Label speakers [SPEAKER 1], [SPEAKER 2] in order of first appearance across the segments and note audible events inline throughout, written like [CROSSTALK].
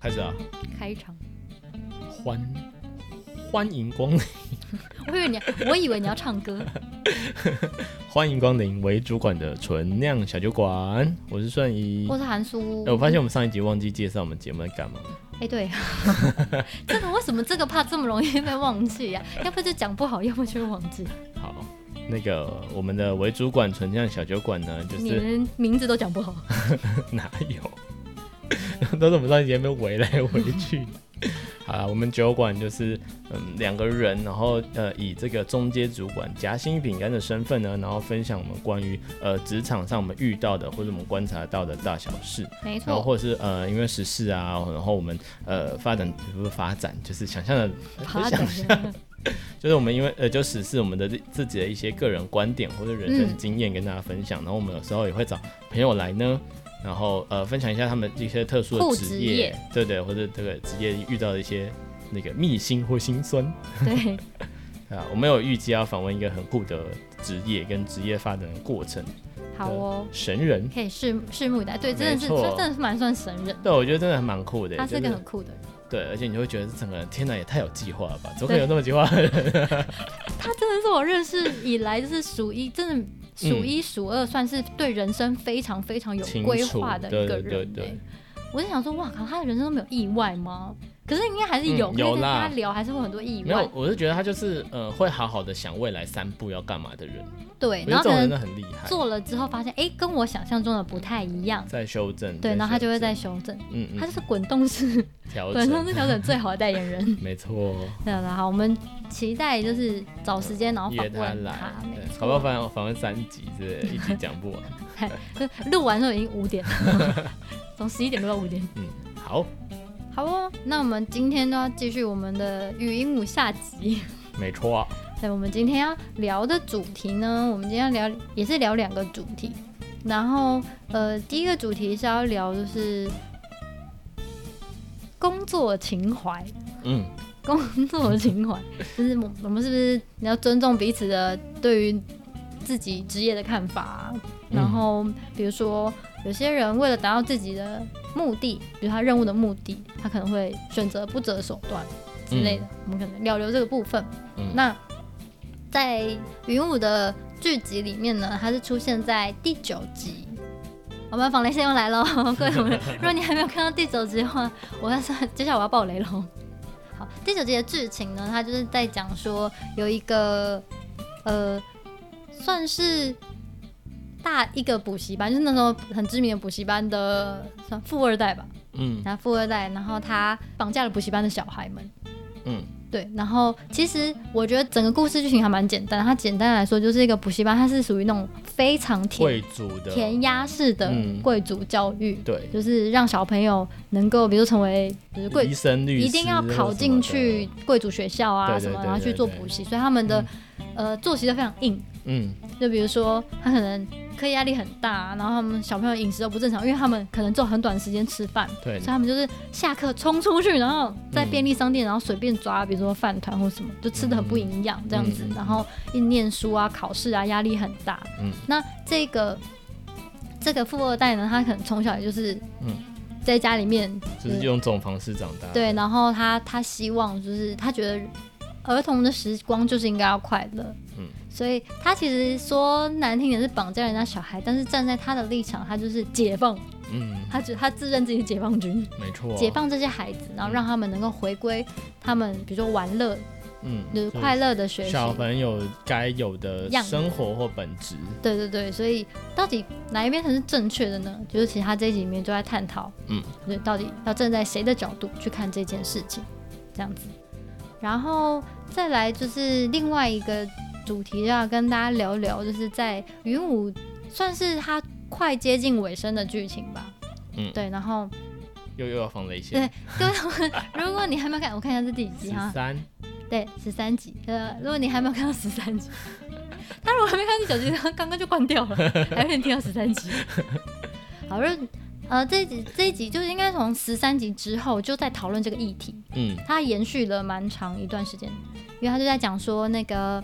[SPEAKER 1] 开始啊，
[SPEAKER 2] 开场。
[SPEAKER 1] 欢欢迎光临，
[SPEAKER 2] 我以为你， [LAUGHS] 我以为你要唱歌。
[SPEAKER 1] 欢迎光临为主管的纯酿小酒馆，我是顺仪。
[SPEAKER 2] 我是韩叔。
[SPEAKER 1] 哎、我发现我们上一集忘记介绍我们节目在干嘛，
[SPEAKER 2] 哎、对， [LAUGHS] 这个为什么这个怕这么容易被忘记呀、要不就讲不好，要不就忘记。
[SPEAKER 1] 好，那个我们的为主管纯酿小酒馆呢，就
[SPEAKER 2] 你
[SPEAKER 1] 是
[SPEAKER 2] 连名字都讲不好。
[SPEAKER 1] [LAUGHS] 哪有？ [LAUGHS] 都是我们上一节目围来围
[SPEAKER 2] [LAUGHS]
[SPEAKER 1] 去。好啦，我们酒馆就是嗯两个人，然后呃以这个中阶主管夹心饼干的身份呢，然后分享我们关于呃职场上我们遇到的或者我们观察到的大小事，
[SPEAKER 2] 没
[SPEAKER 1] 然后
[SPEAKER 2] 错，
[SPEAKER 1] 或者是呃因为时事啊，然后我们呃发展不是发展，就是想象的
[SPEAKER 2] 趴
[SPEAKER 1] 想
[SPEAKER 2] 着。
[SPEAKER 1] 就是我们因为呃，就只是我们的自自己的一些个人观点或者人生
[SPEAKER 2] 嗯
[SPEAKER 1] 经验跟大家分享，然后我们有时候也会找朋友来呢，然后呃分享一下他们一些特殊
[SPEAKER 2] 酷
[SPEAKER 1] 的
[SPEAKER 2] 哦职
[SPEAKER 1] 职
[SPEAKER 2] 业
[SPEAKER 1] 对对，或者这个职业遇到的一些那个秘辛或辛酸 [LAUGHS]
[SPEAKER 2] 对，
[SPEAKER 1] 啊。我们有预计要访问一个很酷的职业跟职业发展的过程，
[SPEAKER 2] 好哦，
[SPEAKER 1] 神人。
[SPEAKER 2] 可以拭拭目以待。对，真的是，
[SPEAKER 1] 没错
[SPEAKER 2] 这真的是蛮算神人的，
[SPEAKER 1] 对，我觉得真的还蛮酷的，
[SPEAKER 2] 他是
[SPEAKER 1] 就
[SPEAKER 2] 个
[SPEAKER 1] 是
[SPEAKER 2] 很酷的人，
[SPEAKER 1] 对，而且你会觉得这整个人，天哪，也太有计划了吧？怎么可能有那么计划？
[SPEAKER 2] 他真的是我认识以来就是数一，真的数
[SPEAKER 1] 嗯
[SPEAKER 2] 一数二，算是对人生非常非常有
[SPEAKER 1] 清
[SPEAKER 2] 规
[SPEAKER 1] 楚
[SPEAKER 2] 划的一
[SPEAKER 1] 对
[SPEAKER 2] 个人、
[SPEAKER 1] 嗯
[SPEAKER 2] 欸。
[SPEAKER 1] 对对对
[SPEAKER 2] 我就想说，哇靠，他的人生都没有意外吗？可是应该还是有，
[SPEAKER 1] 嗯
[SPEAKER 2] 因为
[SPEAKER 1] 有
[SPEAKER 2] 跟
[SPEAKER 1] 啦
[SPEAKER 2] 他聊还是会很多意
[SPEAKER 1] 没
[SPEAKER 2] 外
[SPEAKER 1] 有，。我是觉得他就是呃，会好好的想未来三步要干嘛的人。
[SPEAKER 2] 对，
[SPEAKER 1] 我觉得
[SPEAKER 2] 然后
[SPEAKER 1] 这
[SPEAKER 2] 可
[SPEAKER 1] 种人真
[SPEAKER 2] 能
[SPEAKER 1] 的很厉害，
[SPEAKER 2] 做了之后发现，哎、跟我想象中的不太一样。
[SPEAKER 1] 在修正。
[SPEAKER 2] 对，然后他
[SPEAKER 1] 修
[SPEAKER 2] 就会
[SPEAKER 1] 正
[SPEAKER 2] 在修正，
[SPEAKER 1] 嗯嗯
[SPEAKER 2] 他就是滚动式、
[SPEAKER 1] 调
[SPEAKER 2] 滚动
[SPEAKER 1] 整，
[SPEAKER 2] 式调整最好的代
[SPEAKER 1] [LAUGHS]
[SPEAKER 2] 言人。
[SPEAKER 1] 没错，
[SPEAKER 2] 对了，好，我们期待就是找时间，然后访
[SPEAKER 1] 约
[SPEAKER 2] 问
[SPEAKER 1] 来
[SPEAKER 2] 他，，没
[SPEAKER 1] 对
[SPEAKER 2] 错
[SPEAKER 1] 搞不好访访问三集之类的，一集讲不完。
[SPEAKER 2] [LAUGHS] 录完之后已经五点了， [LAUGHS] 从十一点录到五点。
[SPEAKER 1] 嗯，好，
[SPEAKER 2] 好哦，那我们今天呢，要继续我们的语音舞下集。 [LAUGHS]
[SPEAKER 1] 没错，啊
[SPEAKER 2] 对，我们今天要聊的主题呢，我们今天要聊也是聊两个主题，然后呃，第一个主题是要聊就是工作情怀，
[SPEAKER 1] 嗯，
[SPEAKER 2] 工作情怀，就是我我们是不是你要尊重彼此的对于自己职业的看法啊、
[SPEAKER 1] 嗯
[SPEAKER 2] 然后比如说有些人为了达到自己的目的，比如他任务的目的，他可能会选择不择手段 [LAUGHS] 之类的，我们可能聊聊这个部分。
[SPEAKER 1] 嗯
[SPEAKER 2] 嗯那在云舞的剧集里面呢，它是出现在第九集。我们防雷线又来 [LAUGHS] 喽，各位朋友，如果你还没有看到第九集的话，我要说接下来我要爆雷喽。好，第九集的剧情呢，它就是在讲说有一个呃，算是大一个补习班，就是那时候很知名的补习班的算富二代吧，
[SPEAKER 1] 嗯
[SPEAKER 2] 然后富二代，然后他绑架了补习班的小孩们。
[SPEAKER 1] 嗯
[SPEAKER 2] 对，然后其实我觉得整个故事剧情还蛮简单，它简单来说就是一个补习班，它是属于那种非常填
[SPEAKER 1] 贵族的，
[SPEAKER 2] 填鸭式的
[SPEAKER 1] 嗯
[SPEAKER 2] 贵族教育，
[SPEAKER 1] 对，
[SPEAKER 2] 就是让小朋友能够，比如说成为就是贵
[SPEAKER 1] 医生律师
[SPEAKER 2] 一定要考进去，贵族学校啊
[SPEAKER 1] 对对
[SPEAKER 2] 什么，
[SPEAKER 1] 对
[SPEAKER 2] 然后去做
[SPEAKER 1] 对对
[SPEAKER 2] 补习，所以他们的、呃作息都非常硬。
[SPEAKER 1] 嗯
[SPEAKER 2] 就比如说他可能课业压力很大，然后他们小朋友饮食都不正常，因为他们可能只有很短时间吃饭，
[SPEAKER 1] 对
[SPEAKER 2] 所以，他们就是下课冲出去，然后在
[SPEAKER 1] 嗯
[SPEAKER 2] 便利商店，然后随便抓，比如说饭团或什么，就吃的很不营养这样子
[SPEAKER 1] 嗯嗯嗯，
[SPEAKER 2] 然后一念书啊、考试啊，压力很大。
[SPEAKER 1] 嗯，
[SPEAKER 2] 那这个这个富二代呢，他可能从小也就是
[SPEAKER 1] 嗯啊
[SPEAKER 2] 在家里面
[SPEAKER 1] 就是用这种方式长大，
[SPEAKER 2] 对，然后他他希望就是他觉得儿童的时光就是应该要快乐，
[SPEAKER 1] 嗯
[SPEAKER 2] 所以他其实说难听点是绑架人家小孩，但是站在他的立场，他就是解放，
[SPEAKER 1] 嗯，
[SPEAKER 2] 他觉他自认自己是解放军，
[SPEAKER 1] 没错，啊
[SPEAKER 2] 解，放这些孩子，然后让他们能够回归他们，比如说玩乐，
[SPEAKER 1] 嗯，
[SPEAKER 2] 就是快乐的学习。
[SPEAKER 1] 小朋友该有的
[SPEAKER 2] 样子
[SPEAKER 1] 生活或本质，
[SPEAKER 2] 对对对，所以到底哪一边才是正确的呢？就是其实他这一集里面就在探讨，
[SPEAKER 1] 嗯，
[SPEAKER 2] 就是到底要站在谁的角度去看这件事情，这样子。然后再来就是另外一个主题要跟大家聊聊，就是在云舞算是他快接近尾声的剧情吧，
[SPEAKER 1] 嗯
[SPEAKER 2] 对。然后
[SPEAKER 1] 又又要放雷线，
[SPEAKER 2] 对各位，如果你还没有看，我看一下这第几集
[SPEAKER 1] 十
[SPEAKER 2] 哈，
[SPEAKER 1] 三，
[SPEAKER 2] 对，十三集。呃，如果你还没有看到十三集， [LAUGHS] 他如果还没看到第九集，他刚刚就关掉了，还没听到十三集。好，就是呃，这一集这一集就是应该从十三集之后就在讨论这个议题，
[SPEAKER 1] 嗯
[SPEAKER 2] 它延续了蛮长一段时间，因为他就在讲说那个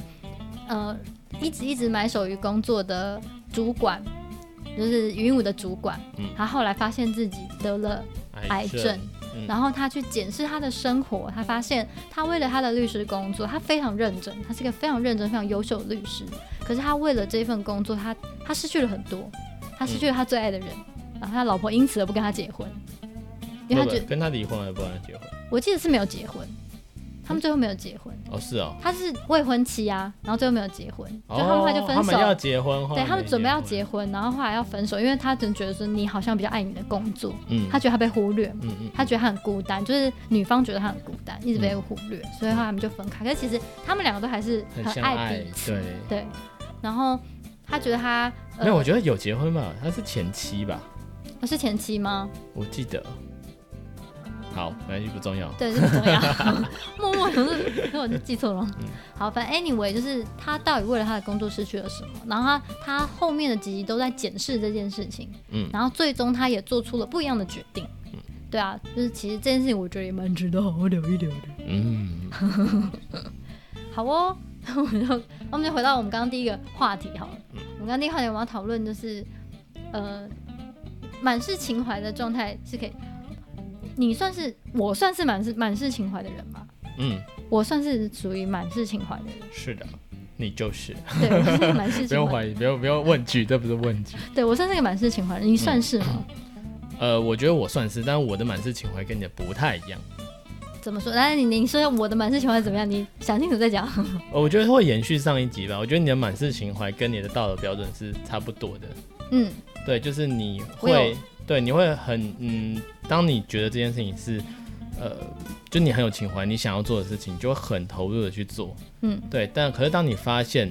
[SPEAKER 2] 呃，一直一直埋首于工作的主管，就是云武的主管，
[SPEAKER 1] 嗯
[SPEAKER 2] 他后来发现自己得了癌症，
[SPEAKER 1] 嗯
[SPEAKER 2] 然后他去检视他的生活，他发现他为了他的律师工作，他非常认真，他是一个非常认真、非常优秀的律师。可是他为了这份工作，他他失去了很多，
[SPEAKER 1] 嗯
[SPEAKER 2] 他失去了他最爱的人，然后他老婆因此而不跟他结婚，因为
[SPEAKER 1] 不
[SPEAKER 2] 他觉
[SPEAKER 1] 不
[SPEAKER 2] 得
[SPEAKER 1] 跟他离婚了，不跟他结婚。
[SPEAKER 2] 我记得是没有结婚，他们最后没有结婚，
[SPEAKER 1] 哦，是哦，
[SPEAKER 2] 他是未婚妻啊，然后最后没有结婚，就他们后来就
[SPEAKER 1] 哦
[SPEAKER 2] 分
[SPEAKER 1] 他
[SPEAKER 2] 手
[SPEAKER 1] 们要结婚，后来
[SPEAKER 2] 对他们
[SPEAKER 1] 没
[SPEAKER 2] 准备要
[SPEAKER 1] 结
[SPEAKER 2] 结婚，然后后来要分手，因为他总觉得说你好像比较爱你的工作，
[SPEAKER 1] 婚，嗯，
[SPEAKER 2] 他觉得他被忽略嘛，
[SPEAKER 1] 嗯嗯，
[SPEAKER 2] 他觉得他很孤单，就是女方觉得他很孤单，一直被忽略，
[SPEAKER 1] 嗯
[SPEAKER 2] 所以后来他们就分开。可是其实他们两个都还是
[SPEAKER 1] 很相
[SPEAKER 2] 爱
[SPEAKER 1] 爱
[SPEAKER 2] 彼，此，
[SPEAKER 1] 对。
[SPEAKER 2] 对。然后他觉得他
[SPEAKER 1] 没有，我觉得有结婚吧，他是前妻吧，
[SPEAKER 2] 我是前妻吗？
[SPEAKER 1] 我记得。好，反正就不重要。
[SPEAKER 2] 对，是不
[SPEAKER 1] [LAUGHS]
[SPEAKER 2] 重要。默默有是，我就记错了。
[SPEAKER 1] 嗯
[SPEAKER 2] 好，反正 anyway，就是他到底为了他的工作失去了什么，然后他他后面的几集都在检视这件事情，
[SPEAKER 1] 嗯
[SPEAKER 2] 然后最终他也做出了不一样的决定。对啊，就是其实这件事情我觉得也蛮值得好好聊一聊的。
[SPEAKER 1] 嗯，
[SPEAKER 2] 好哦， [LAUGHS] 我们就我们就回到我们刚刚第一个话题好了。
[SPEAKER 1] 嗯
[SPEAKER 2] 我们刚刚第一个话题我们要讨论就是，呃，满是情怀的状态是可以，你算是我算是满是满是情怀的人吧？
[SPEAKER 1] 嗯，
[SPEAKER 2] 我算是属于满是情怀的
[SPEAKER 1] [LAUGHS]
[SPEAKER 2] 人，
[SPEAKER 1] 是的，你就是，
[SPEAKER 2] 对我是满是
[SPEAKER 1] 不
[SPEAKER 2] 情
[SPEAKER 1] 用
[SPEAKER 2] 怀，
[SPEAKER 1] 怀疑，不用不用问句，这不是问句。
[SPEAKER 2] 对我算是个满是情
[SPEAKER 1] 嗯
[SPEAKER 2] 怀的人，你算是吗？
[SPEAKER 1] 呃，我觉得我算是，但我的满是情怀跟你的不太一样。
[SPEAKER 2] 怎么说？来，你你说一下我的满是情怀怎么样？你想清楚
[SPEAKER 1] [LAUGHS]
[SPEAKER 2] 再讲。
[SPEAKER 1] 呃我觉得会延续上一集吧。我觉得你的满是情怀跟你的道德标准是差不多的。
[SPEAKER 2] 嗯，
[SPEAKER 1] 对，就是你
[SPEAKER 2] 我
[SPEAKER 1] 会
[SPEAKER 2] 有，
[SPEAKER 1] 对，你会很，嗯，当你觉得这件事情是，呃，就你很有情怀，你想要做的事情，你就会很投入的去做。
[SPEAKER 2] 嗯，
[SPEAKER 1] 对。但可是当你发现，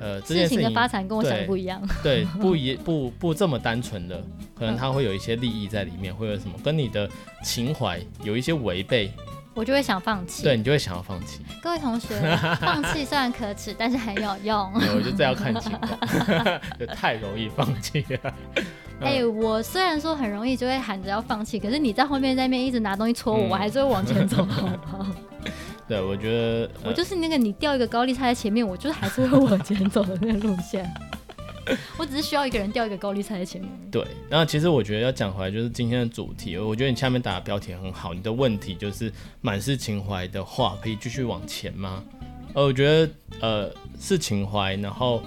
[SPEAKER 1] 呃，这件事
[SPEAKER 2] 事情
[SPEAKER 1] 情
[SPEAKER 2] 的发展跟我想的
[SPEAKER 1] 对
[SPEAKER 2] 不一样。
[SPEAKER 1] 对，不一不不这么单纯的，可
[SPEAKER 2] 嗯
[SPEAKER 1] 能它会有一些利益在里面，会有什么跟你的情怀有一些违背，
[SPEAKER 2] 我就会想放弃。
[SPEAKER 1] 对你就会想要放弃。
[SPEAKER 2] 各位同学， [LAUGHS] 放弃虽然可耻，但是很有用。
[SPEAKER 1] 对我觉得这要看情况， [LAUGHS] 就太容易放弃了。嗯
[SPEAKER 2] 哎、我虽然说很容易就会喊着要放弃，可是你在后面在那边一直拿东西戳我，
[SPEAKER 1] 嗯
[SPEAKER 2] 我还是会往
[SPEAKER 1] [LAUGHS]
[SPEAKER 2] 前走， [LAUGHS] 好吗？
[SPEAKER 1] 对，我觉得、呃
[SPEAKER 2] 我就是那个你掉一个高利菜在前面，我就是还是会往前走的那个路线。
[SPEAKER 1] [LAUGHS]
[SPEAKER 2] 我只是需要一个人掉一个高利菜在前面。
[SPEAKER 1] 对。然后其实我觉得要讲回来，就是今天的主题，我觉得你下面打的标题很好，你的问题就是满是情怀的话，可以继续往前吗？呃，我觉得呃是情怀，然后。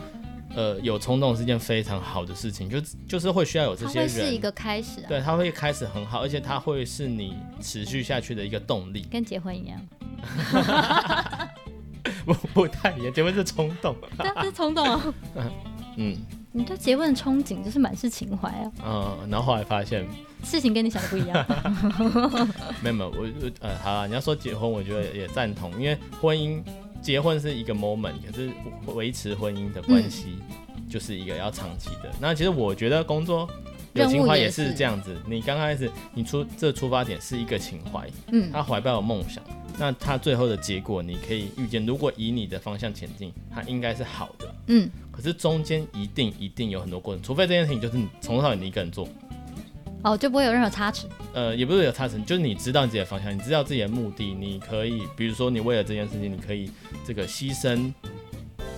[SPEAKER 1] 呃，有冲动是件非常好的事情，就就是会需要有这
[SPEAKER 2] 它
[SPEAKER 1] 些
[SPEAKER 2] 会
[SPEAKER 1] 人，
[SPEAKER 2] 是一个开始啊，
[SPEAKER 1] 对，它会开始很好，而且它会是你持续下去的一个动力。
[SPEAKER 2] 跟结婚
[SPEAKER 1] [LAUGHS]
[SPEAKER 2] 一样，
[SPEAKER 1] 不不太一样，结婚是冲动。
[SPEAKER 2] 对啊，这是冲动啊！
[SPEAKER 1] 嗯
[SPEAKER 2] 你对结婚的憧憬就是满是情怀啊，
[SPEAKER 1] 嗯，然后后来发现，
[SPEAKER 2] 事情跟你想的不
[SPEAKER 1] [LAUGHS]
[SPEAKER 2] 一样。
[SPEAKER 1] 没有没有，我我呃，好啦，你要说结婚，我觉得也赞同，因为婚姻结婚是一个 moment，可是维持婚姻的关系就是一个要长期的。那其实我觉得工作。有
[SPEAKER 2] 任务
[SPEAKER 1] 情怀
[SPEAKER 2] 也
[SPEAKER 1] 也是
[SPEAKER 2] 是
[SPEAKER 1] 这样子，你刚开始你出这出发点是一个情怀，
[SPEAKER 2] 嗯，
[SPEAKER 1] 他怀抱有梦想，那他最后的结果你可以预见，如果以你的方向前进，它应该是好的。
[SPEAKER 2] 嗯，
[SPEAKER 1] 可是中间一定一定有很多过程，除非这件事情就是你从头到尾你一个人做，
[SPEAKER 2] 哦，就不会有任何差池。
[SPEAKER 1] 呃，也不是有差成，就是你知道你自己的方向，你知道自己的目的，你可以，比如说你为了这件事情，你可以这个牺牲，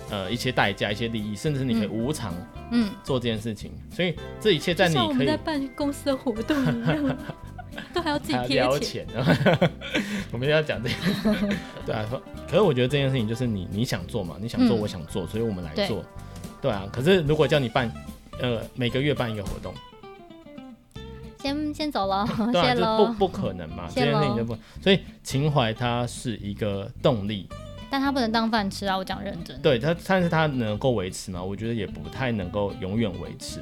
[SPEAKER 1] 呃，一些代价、一些利益，甚至你可以
[SPEAKER 2] 嗯
[SPEAKER 1] 无偿
[SPEAKER 2] 嗯，
[SPEAKER 1] 做这件事情。所以这一切在
[SPEAKER 2] 就
[SPEAKER 1] 你
[SPEAKER 2] 像我
[SPEAKER 1] 可
[SPEAKER 2] 们
[SPEAKER 1] 以
[SPEAKER 2] 在办公司的活动一
[SPEAKER 1] [LAUGHS]
[SPEAKER 2] 样，都还要自己
[SPEAKER 1] 还要
[SPEAKER 2] 贴
[SPEAKER 1] 撩
[SPEAKER 2] 钱。
[SPEAKER 1] 钱， [LAUGHS] 我们要讲这个，对啊。说可是我觉得这件事情就是你你想做嘛，你想做，
[SPEAKER 2] 嗯
[SPEAKER 1] 我想做，所以我们来
[SPEAKER 2] 对
[SPEAKER 1] 做，对啊。可是如果叫你办，呃，每个月办一个活动，
[SPEAKER 2] 先先走了，
[SPEAKER 1] 对啊，
[SPEAKER 2] 谢
[SPEAKER 1] 这不
[SPEAKER 2] 喽。
[SPEAKER 1] 不可能嘛，这
[SPEAKER 2] 谢
[SPEAKER 1] 件事情
[SPEAKER 2] 咯
[SPEAKER 1] 就不。所以情怀它是一个动力，
[SPEAKER 2] 但他不能当饭吃啊，我讲认真。
[SPEAKER 1] 对它，但是它能够维持嘛？我觉得也不太能够永远维持。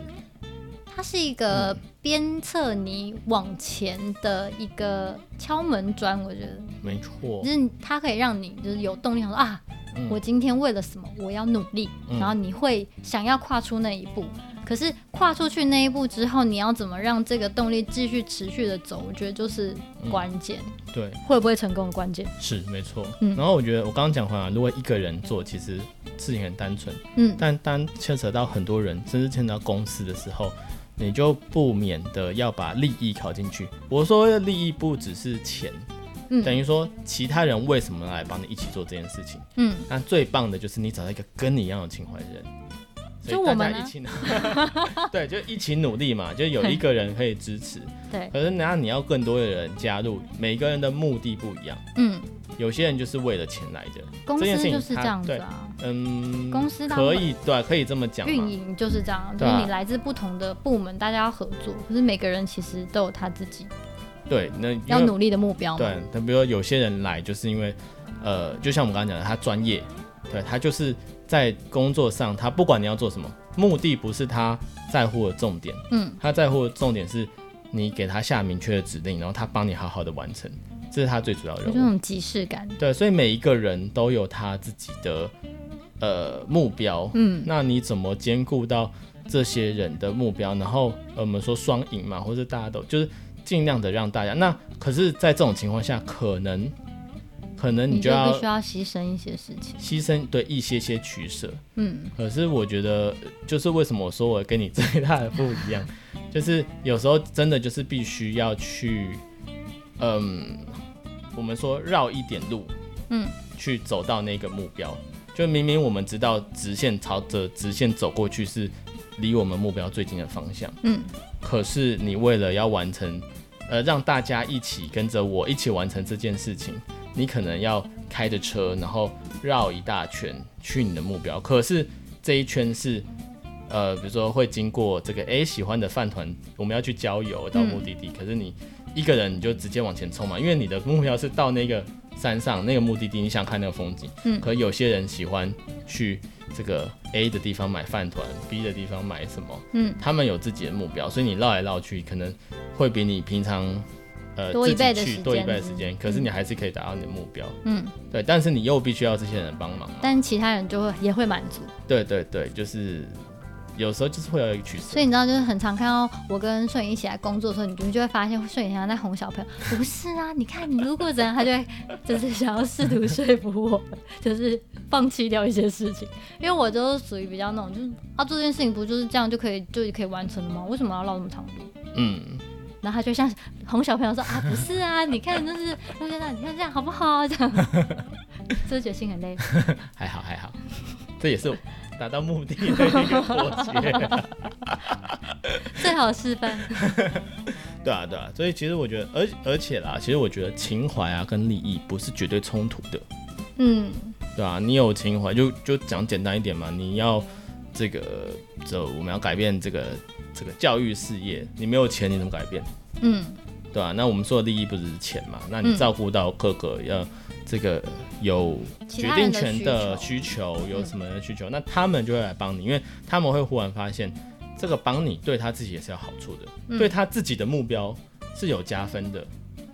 [SPEAKER 2] 它是一
[SPEAKER 1] 嗯
[SPEAKER 2] 个鞭策你往前的一个敲门砖，我觉得，
[SPEAKER 1] 没错
[SPEAKER 2] 就，是它可以让你就是有动力，想说啊，
[SPEAKER 1] 哦嗯
[SPEAKER 2] 我今天为了什么，我要努力，
[SPEAKER 1] 嗯
[SPEAKER 2] 然后你会想要跨出那一步。可是跨出去那一步之后，你要怎么让这个动力继续持续的走？我觉得就是
[SPEAKER 1] 嗯
[SPEAKER 2] 关键，
[SPEAKER 1] 对，
[SPEAKER 2] 会不会成功的关键。
[SPEAKER 1] 是没错。
[SPEAKER 2] 嗯
[SPEAKER 1] 然后我觉得我刚刚讲回来，如果一个人做，其实事情很单纯，
[SPEAKER 2] 嗯，
[SPEAKER 1] 但当牵扯到很多人，甚至牵扯到公司的时候，你就不免的要把利益考进去。我说的利益不只是钱，
[SPEAKER 2] 嗯
[SPEAKER 1] 等于说其他人为什么来帮你一起做这件事情？
[SPEAKER 2] 嗯，
[SPEAKER 1] 那最棒的就是你找到一个跟你一样有情怀的人，所以
[SPEAKER 2] 就我
[SPEAKER 1] 大
[SPEAKER 2] 们
[SPEAKER 1] 家一
[SPEAKER 2] 啊
[SPEAKER 1] 起努， [LAUGHS] 对，就一起努力嘛，就有一个人可以支持，
[SPEAKER 2] 对，
[SPEAKER 1] 可是那你要更多的人加入，每个人的目的不一样，
[SPEAKER 2] 嗯，
[SPEAKER 1] 有些人就是为了钱来的，
[SPEAKER 2] 公
[SPEAKER 1] 这件事
[SPEAKER 2] 司
[SPEAKER 1] 情
[SPEAKER 2] 就是
[SPEAKER 1] 它
[SPEAKER 2] 这样子
[SPEAKER 1] 对
[SPEAKER 2] 啊，
[SPEAKER 1] 嗯，
[SPEAKER 2] 公司它
[SPEAKER 1] 可以对，啊可以这么讲
[SPEAKER 2] 运
[SPEAKER 1] 嘛，
[SPEAKER 2] 营就是这样，就
[SPEAKER 1] 对啊
[SPEAKER 2] 是你来自不同的部门，大家要合作，可是每个人其实都有他自己
[SPEAKER 1] 对，那因为
[SPEAKER 2] 要努力的目标嘛。
[SPEAKER 1] 对，那比如说有些人来就是因为，呃，就像我们刚刚讲的，他专业，对他就是在工作上，他不管你要做什么，目的不是他在乎的重点，
[SPEAKER 2] 嗯，
[SPEAKER 1] 他在乎的重点是你给他下明确的指令，然后他帮你好好的完成，这是他最主要的
[SPEAKER 2] 有这
[SPEAKER 1] 任务。
[SPEAKER 2] 种即视感。
[SPEAKER 1] 对，所以每一个人都有他自己的呃目标，
[SPEAKER 2] 嗯，
[SPEAKER 1] 那你怎么兼顾到这些人的目标？然后呃我们说双赢嘛，或者大家都就是尽量的让大家。那可是，在这种情况下，可能可能你
[SPEAKER 2] 你
[SPEAKER 1] 就
[SPEAKER 2] 就
[SPEAKER 1] 要
[SPEAKER 2] 必须要牺牲一些事情。
[SPEAKER 1] 牺牲对一些些取舍。
[SPEAKER 2] 嗯，
[SPEAKER 1] 可是我觉得，呃就是为什么我说我跟你最大的不一样， [LAUGHS] 就是有时候真的就是必须要去，嗯，我们说绕一点路，
[SPEAKER 2] 嗯，
[SPEAKER 1] 去走到那个目标。就明明我们知道直线朝着直线走过去是离我们目标最近的方向，
[SPEAKER 2] 嗯，
[SPEAKER 1] 可是你为了要完成，呃，让大家一起跟着我一起完成这件事情，你可能要开着车，然后绕一大圈去你的目标。可是这一圈是，呃，比如说会经过这个 A 喜欢的饭团，我们要去郊游到目的地，可是你一个人你就直接往前冲嘛，因为你的目标是到那个山上那个目的地，你想看那个风景。
[SPEAKER 2] 嗯
[SPEAKER 1] 可有些人喜欢去这个 A 的地方买饭团，B 的地方买什么，
[SPEAKER 2] 嗯，
[SPEAKER 1] 他们有自己的目标，所以你绕来绕去，可能会比你平常。呃，
[SPEAKER 2] 多一
[SPEAKER 1] 自己
[SPEAKER 2] 倍的
[SPEAKER 1] 去
[SPEAKER 2] 时
[SPEAKER 1] 多一
[SPEAKER 2] 间
[SPEAKER 1] 倍的时间，可是你还是可以达到你的目标。
[SPEAKER 2] 嗯，
[SPEAKER 1] 对，但是你又必须要这些人帮忙嘛。
[SPEAKER 2] 但其他人就会也会满足。
[SPEAKER 1] 对对对，就是有时候就是会有一个取舍
[SPEAKER 2] 所以。你知道，就是很常看到我跟顺颖一起来工作的时候，你就就会发现顺颖常常在哄小朋友。不是啊，你看你如果怎样，他就会就是想要试图说服我，就是放弃掉一些事情。因为我就是属于比较那种，就是啊做这件事情不就是这样就可以就可以完成了吗？为什么要绕那么长路？
[SPEAKER 1] 嗯，
[SPEAKER 2] 然后他就像哄小朋友说啊，不是啊，你看就是陆先生，你看这样好不好？这样， [LAUGHS] 是不是觉得心很累？
[SPEAKER 1] 还好还好， [LAUGHS] 这也是达到目的的一个过节。
[SPEAKER 2] [LAUGHS] 最好的示范。
[SPEAKER 1] 对啊，对啊，所以其实我觉得，而而且啦，其实我觉得情怀啊跟利益不是绝对冲突的，
[SPEAKER 2] 嗯，
[SPEAKER 1] 对啊，你有情怀就就讲简单一点嘛，你要这个，这我们要改变这个这个教育事业，你没有钱你怎么改变？
[SPEAKER 2] 嗯，
[SPEAKER 1] 对啊，那我们说的利益不只是钱嘛，那你
[SPEAKER 2] 嗯
[SPEAKER 1] 照顾到各个要这个有
[SPEAKER 2] 其
[SPEAKER 1] 决
[SPEAKER 2] 他
[SPEAKER 1] 定
[SPEAKER 2] 人
[SPEAKER 1] 权
[SPEAKER 2] 的
[SPEAKER 1] 的
[SPEAKER 2] 需求，
[SPEAKER 1] 需求有
[SPEAKER 2] 嗯
[SPEAKER 1] 什么样的需求，那他们就会来帮你，因为他们会忽然发现，这个帮你对他自己也是有好处的，
[SPEAKER 2] 嗯
[SPEAKER 1] 对他自己的目标是有加分的，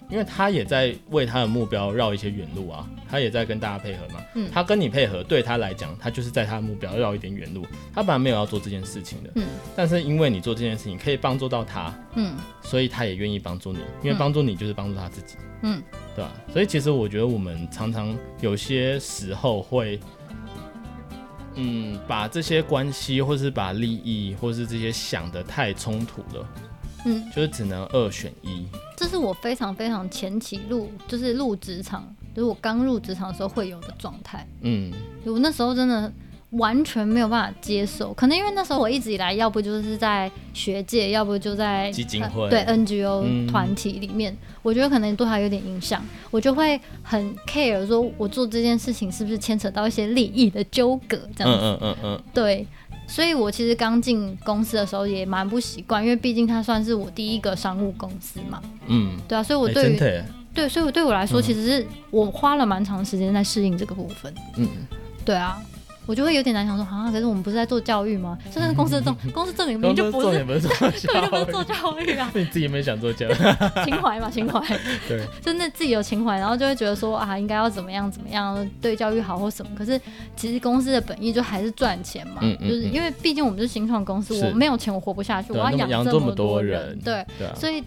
[SPEAKER 1] 因为他也在为他的目标绕一些远路啊，他也在跟大家配合嘛，
[SPEAKER 2] 嗯
[SPEAKER 1] 他跟你配合，对他来讲，他就是在他的目标绕一点远路，他本来没有要做这件事情的，
[SPEAKER 2] 嗯
[SPEAKER 1] 但是因为你做这件事情可以帮助到他，
[SPEAKER 2] 嗯
[SPEAKER 1] 所以他也愿意帮助你，因为帮助你就是帮助他自己，
[SPEAKER 2] 嗯，
[SPEAKER 1] 对吧、所以其实我觉得我们常常有些时候会，嗯，把这些关系，或是把利益，或是这些想的太冲突了，
[SPEAKER 2] 嗯，
[SPEAKER 1] 就是只能二选一。
[SPEAKER 2] 这是我非常非常前期入，就是入职场，就是我刚入职场的时候会有的状态。
[SPEAKER 1] 嗯，
[SPEAKER 2] 我那时候真的完全没有办法接受，可能因为那时候我一直以来，要不就是在学界，要不就在
[SPEAKER 1] 基金
[SPEAKER 2] 呃
[SPEAKER 1] 会
[SPEAKER 2] 对
[SPEAKER 1] 嗯
[SPEAKER 2] NGO 团体里面，我觉得可能多少有点影响，我就会很 care 说，我做这件事情是不是牵扯到一些利益的纠葛这样子。
[SPEAKER 1] 嗯嗯嗯
[SPEAKER 2] 对，所以我其实刚进公司的时候也蛮不习惯，因为毕竟它算是我第一个商务公司嘛。
[SPEAKER 1] 嗯，
[SPEAKER 2] 对啊，所以我
[SPEAKER 1] 哎
[SPEAKER 2] 对于、
[SPEAKER 1] 真的耶，
[SPEAKER 2] 对，所以我对我来说，其实是我花了蛮长时间在适应这个部分。
[SPEAKER 1] 嗯，
[SPEAKER 2] 对啊，我就会有点难想说，啊，可是我们不是在做教育吗？甚至公司的重公司重点明明就不
[SPEAKER 1] 嗯重
[SPEAKER 2] 是
[SPEAKER 1] 点。
[SPEAKER 2] [LAUGHS]
[SPEAKER 1] 不是做
[SPEAKER 2] 根本就不是
[SPEAKER 1] 教
[SPEAKER 2] 做
[SPEAKER 1] 育，
[SPEAKER 2] 教育啊，
[SPEAKER 1] [LAUGHS] 你自己没想做教育，
[SPEAKER 2] [LAUGHS] 情怀嘛，情怀，
[SPEAKER 1] [LAUGHS] 对，
[SPEAKER 2] [LAUGHS] 真的自己有情怀，然后就会觉得说啊，应该要怎么样怎么样，对教育好或什么。可是其实公司的本意就还是赚钱嘛，
[SPEAKER 1] 嗯嗯
[SPEAKER 2] 就是
[SPEAKER 1] 嗯
[SPEAKER 2] 因为毕竟我们是新创公司，
[SPEAKER 1] 是
[SPEAKER 2] 我没有钱我活不下去，我
[SPEAKER 1] 对啊
[SPEAKER 2] 要
[SPEAKER 1] 那么养
[SPEAKER 2] 这
[SPEAKER 1] 这么多
[SPEAKER 2] 多
[SPEAKER 1] 人
[SPEAKER 2] 对，
[SPEAKER 1] 对啊，
[SPEAKER 2] 所以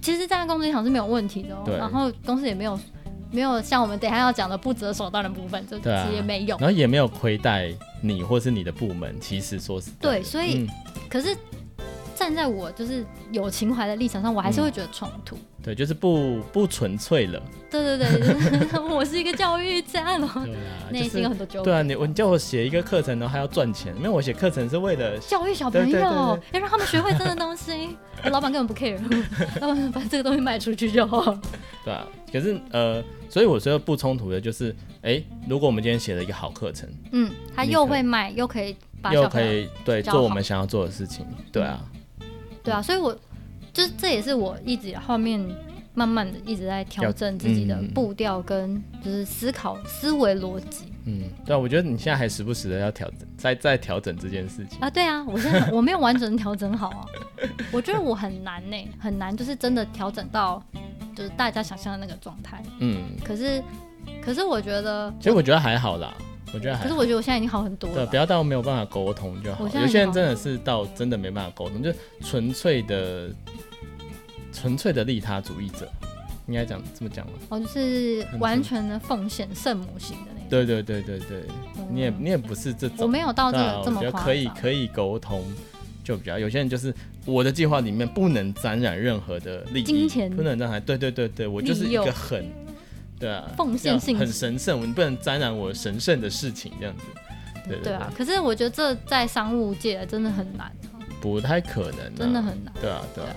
[SPEAKER 2] 其实站在公司立场是没有问题的、哦
[SPEAKER 1] 对。
[SPEAKER 2] 然后公司也没有没有像我们等一下要讲的不择手段的部分，就其
[SPEAKER 1] 对啊
[SPEAKER 2] 实也没有。
[SPEAKER 1] 然后也没有亏待你或是你的部门，其实说是嗯
[SPEAKER 2] 对所以可是站站在我就是有情怀的立场上，我还是会觉得冲突。
[SPEAKER 1] 对，就是不不纯粹了。
[SPEAKER 2] 对对对， [LAUGHS] 就是我是一个教育家，然 [LAUGHS]
[SPEAKER 1] [LAUGHS]
[SPEAKER 2] 后
[SPEAKER 1] 对啊，
[SPEAKER 2] 内
[SPEAKER 1] 就
[SPEAKER 2] 心
[SPEAKER 1] 是
[SPEAKER 2] 有很多纠
[SPEAKER 1] 对啊，
[SPEAKER 2] 结。
[SPEAKER 1] 你我你叫我写一个课程，然后还要赚钱，因为我写课程是为了
[SPEAKER 2] 教育小朋友，
[SPEAKER 1] 对对对
[SPEAKER 2] 要让他们学会真的东西。 [LAUGHS] 老板根本不 care，老板把这个东西卖出去就好。
[SPEAKER 1] 对啊，可是呃，所以我说不冲突的就是，哎，如果我们今天写了一个好课程，
[SPEAKER 2] 嗯，他又会卖，又可以把
[SPEAKER 1] 又
[SPEAKER 2] 小朋
[SPEAKER 1] 可
[SPEAKER 2] 友
[SPEAKER 1] 以对
[SPEAKER 2] 教
[SPEAKER 1] 做我
[SPEAKER 2] 好
[SPEAKER 1] 们想要做的事情，对啊，
[SPEAKER 2] 对啊，所以我就是这也是我一直后面慢慢的一直在调整自己的
[SPEAKER 1] 嗯嗯嗯
[SPEAKER 2] 步调跟就是思考思维逻辑
[SPEAKER 1] 嗯，对啊，我觉得你现在还时不时的要调整，在在调整这件事情，
[SPEAKER 2] 啊。对啊，我现在我没有完整调整好啊，我觉得我很难呢、很难就是真的调整到就是大家想象的那个状态。
[SPEAKER 1] 嗯，
[SPEAKER 2] 可是可是我觉得，
[SPEAKER 1] 其实我觉得还好啦，我觉得还
[SPEAKER 2] 可
[SPEAKER 1] 好
[SPEAKER 2] 是我觉得我现在已经好很多
[SPEAKER 1] 对，啊
[SPEAKER 2] 了
[SPEAKER 1] 不。要到没有办法沟通就好。
[SPEAKER 2] 我现
[SPEAKER 1] 有
[SPEAKER 2] 在
[SPEAKER 1] 些人
[SPEAKER 2] 好
[SPEAKER 1] 真的是到真的没办法沟通，就是纯粹的、纯粹的利他主义者，应该讲这么讲吗？
[SPEAKER 2] 我就是完全的奉献圣母型的那种。
[SPEAKER 1] 对对对对对，你也
[SPEAKER 2] 嗯
[SPEAKER 1] 你也不是这
[SPEAKER 2] 我
[SPEAKER 1] 种，
[SPEAKER 2] 没有到这
[SPEAKER 1] 对啊
[SPEAKER 2] 个这
[SPEAKER 1] 我
[SPEAKER 2] 么
[SPEAKER 1] 觉得
[SPEAKER 2] 夸张。
[SPEAKER 1] 可以可以沟通。就比较有些人就是我的计划里面不能沾染任何的利益，
[SPEAKER 2] 金钱
[SPEAKER 1] 不能沾染，对对对对，我就是
[SPEAKER 2] 利
[SPEAKER 1] 一
[SPEAKER 2] 诱
[SPEAKER 1] 个很，对啊，
[SPEAKER 2] 奉献
[SPEAKER 1] 要
[SPEAKER 2] 性
[SPEAKER 1] 很
[SPEAKER 2] 质
[SPEAKER 1] 神圣，你不能沾染我神圣的事情这样子，对
[SPEAKER 2] 对
[SPEAKER 1] 对
[SPEAKER 2] 啊，可是我觉得这在商务界真的很难啊、
[SPEAKER 1] 不太可能、啊，
[SPEAKER 2] 真的很难。
[SPEAKER 1] 对啊对
[SPEAKER 2] 对
[SPEAKER 1] 啊
[SPEAKER 2] 啊，，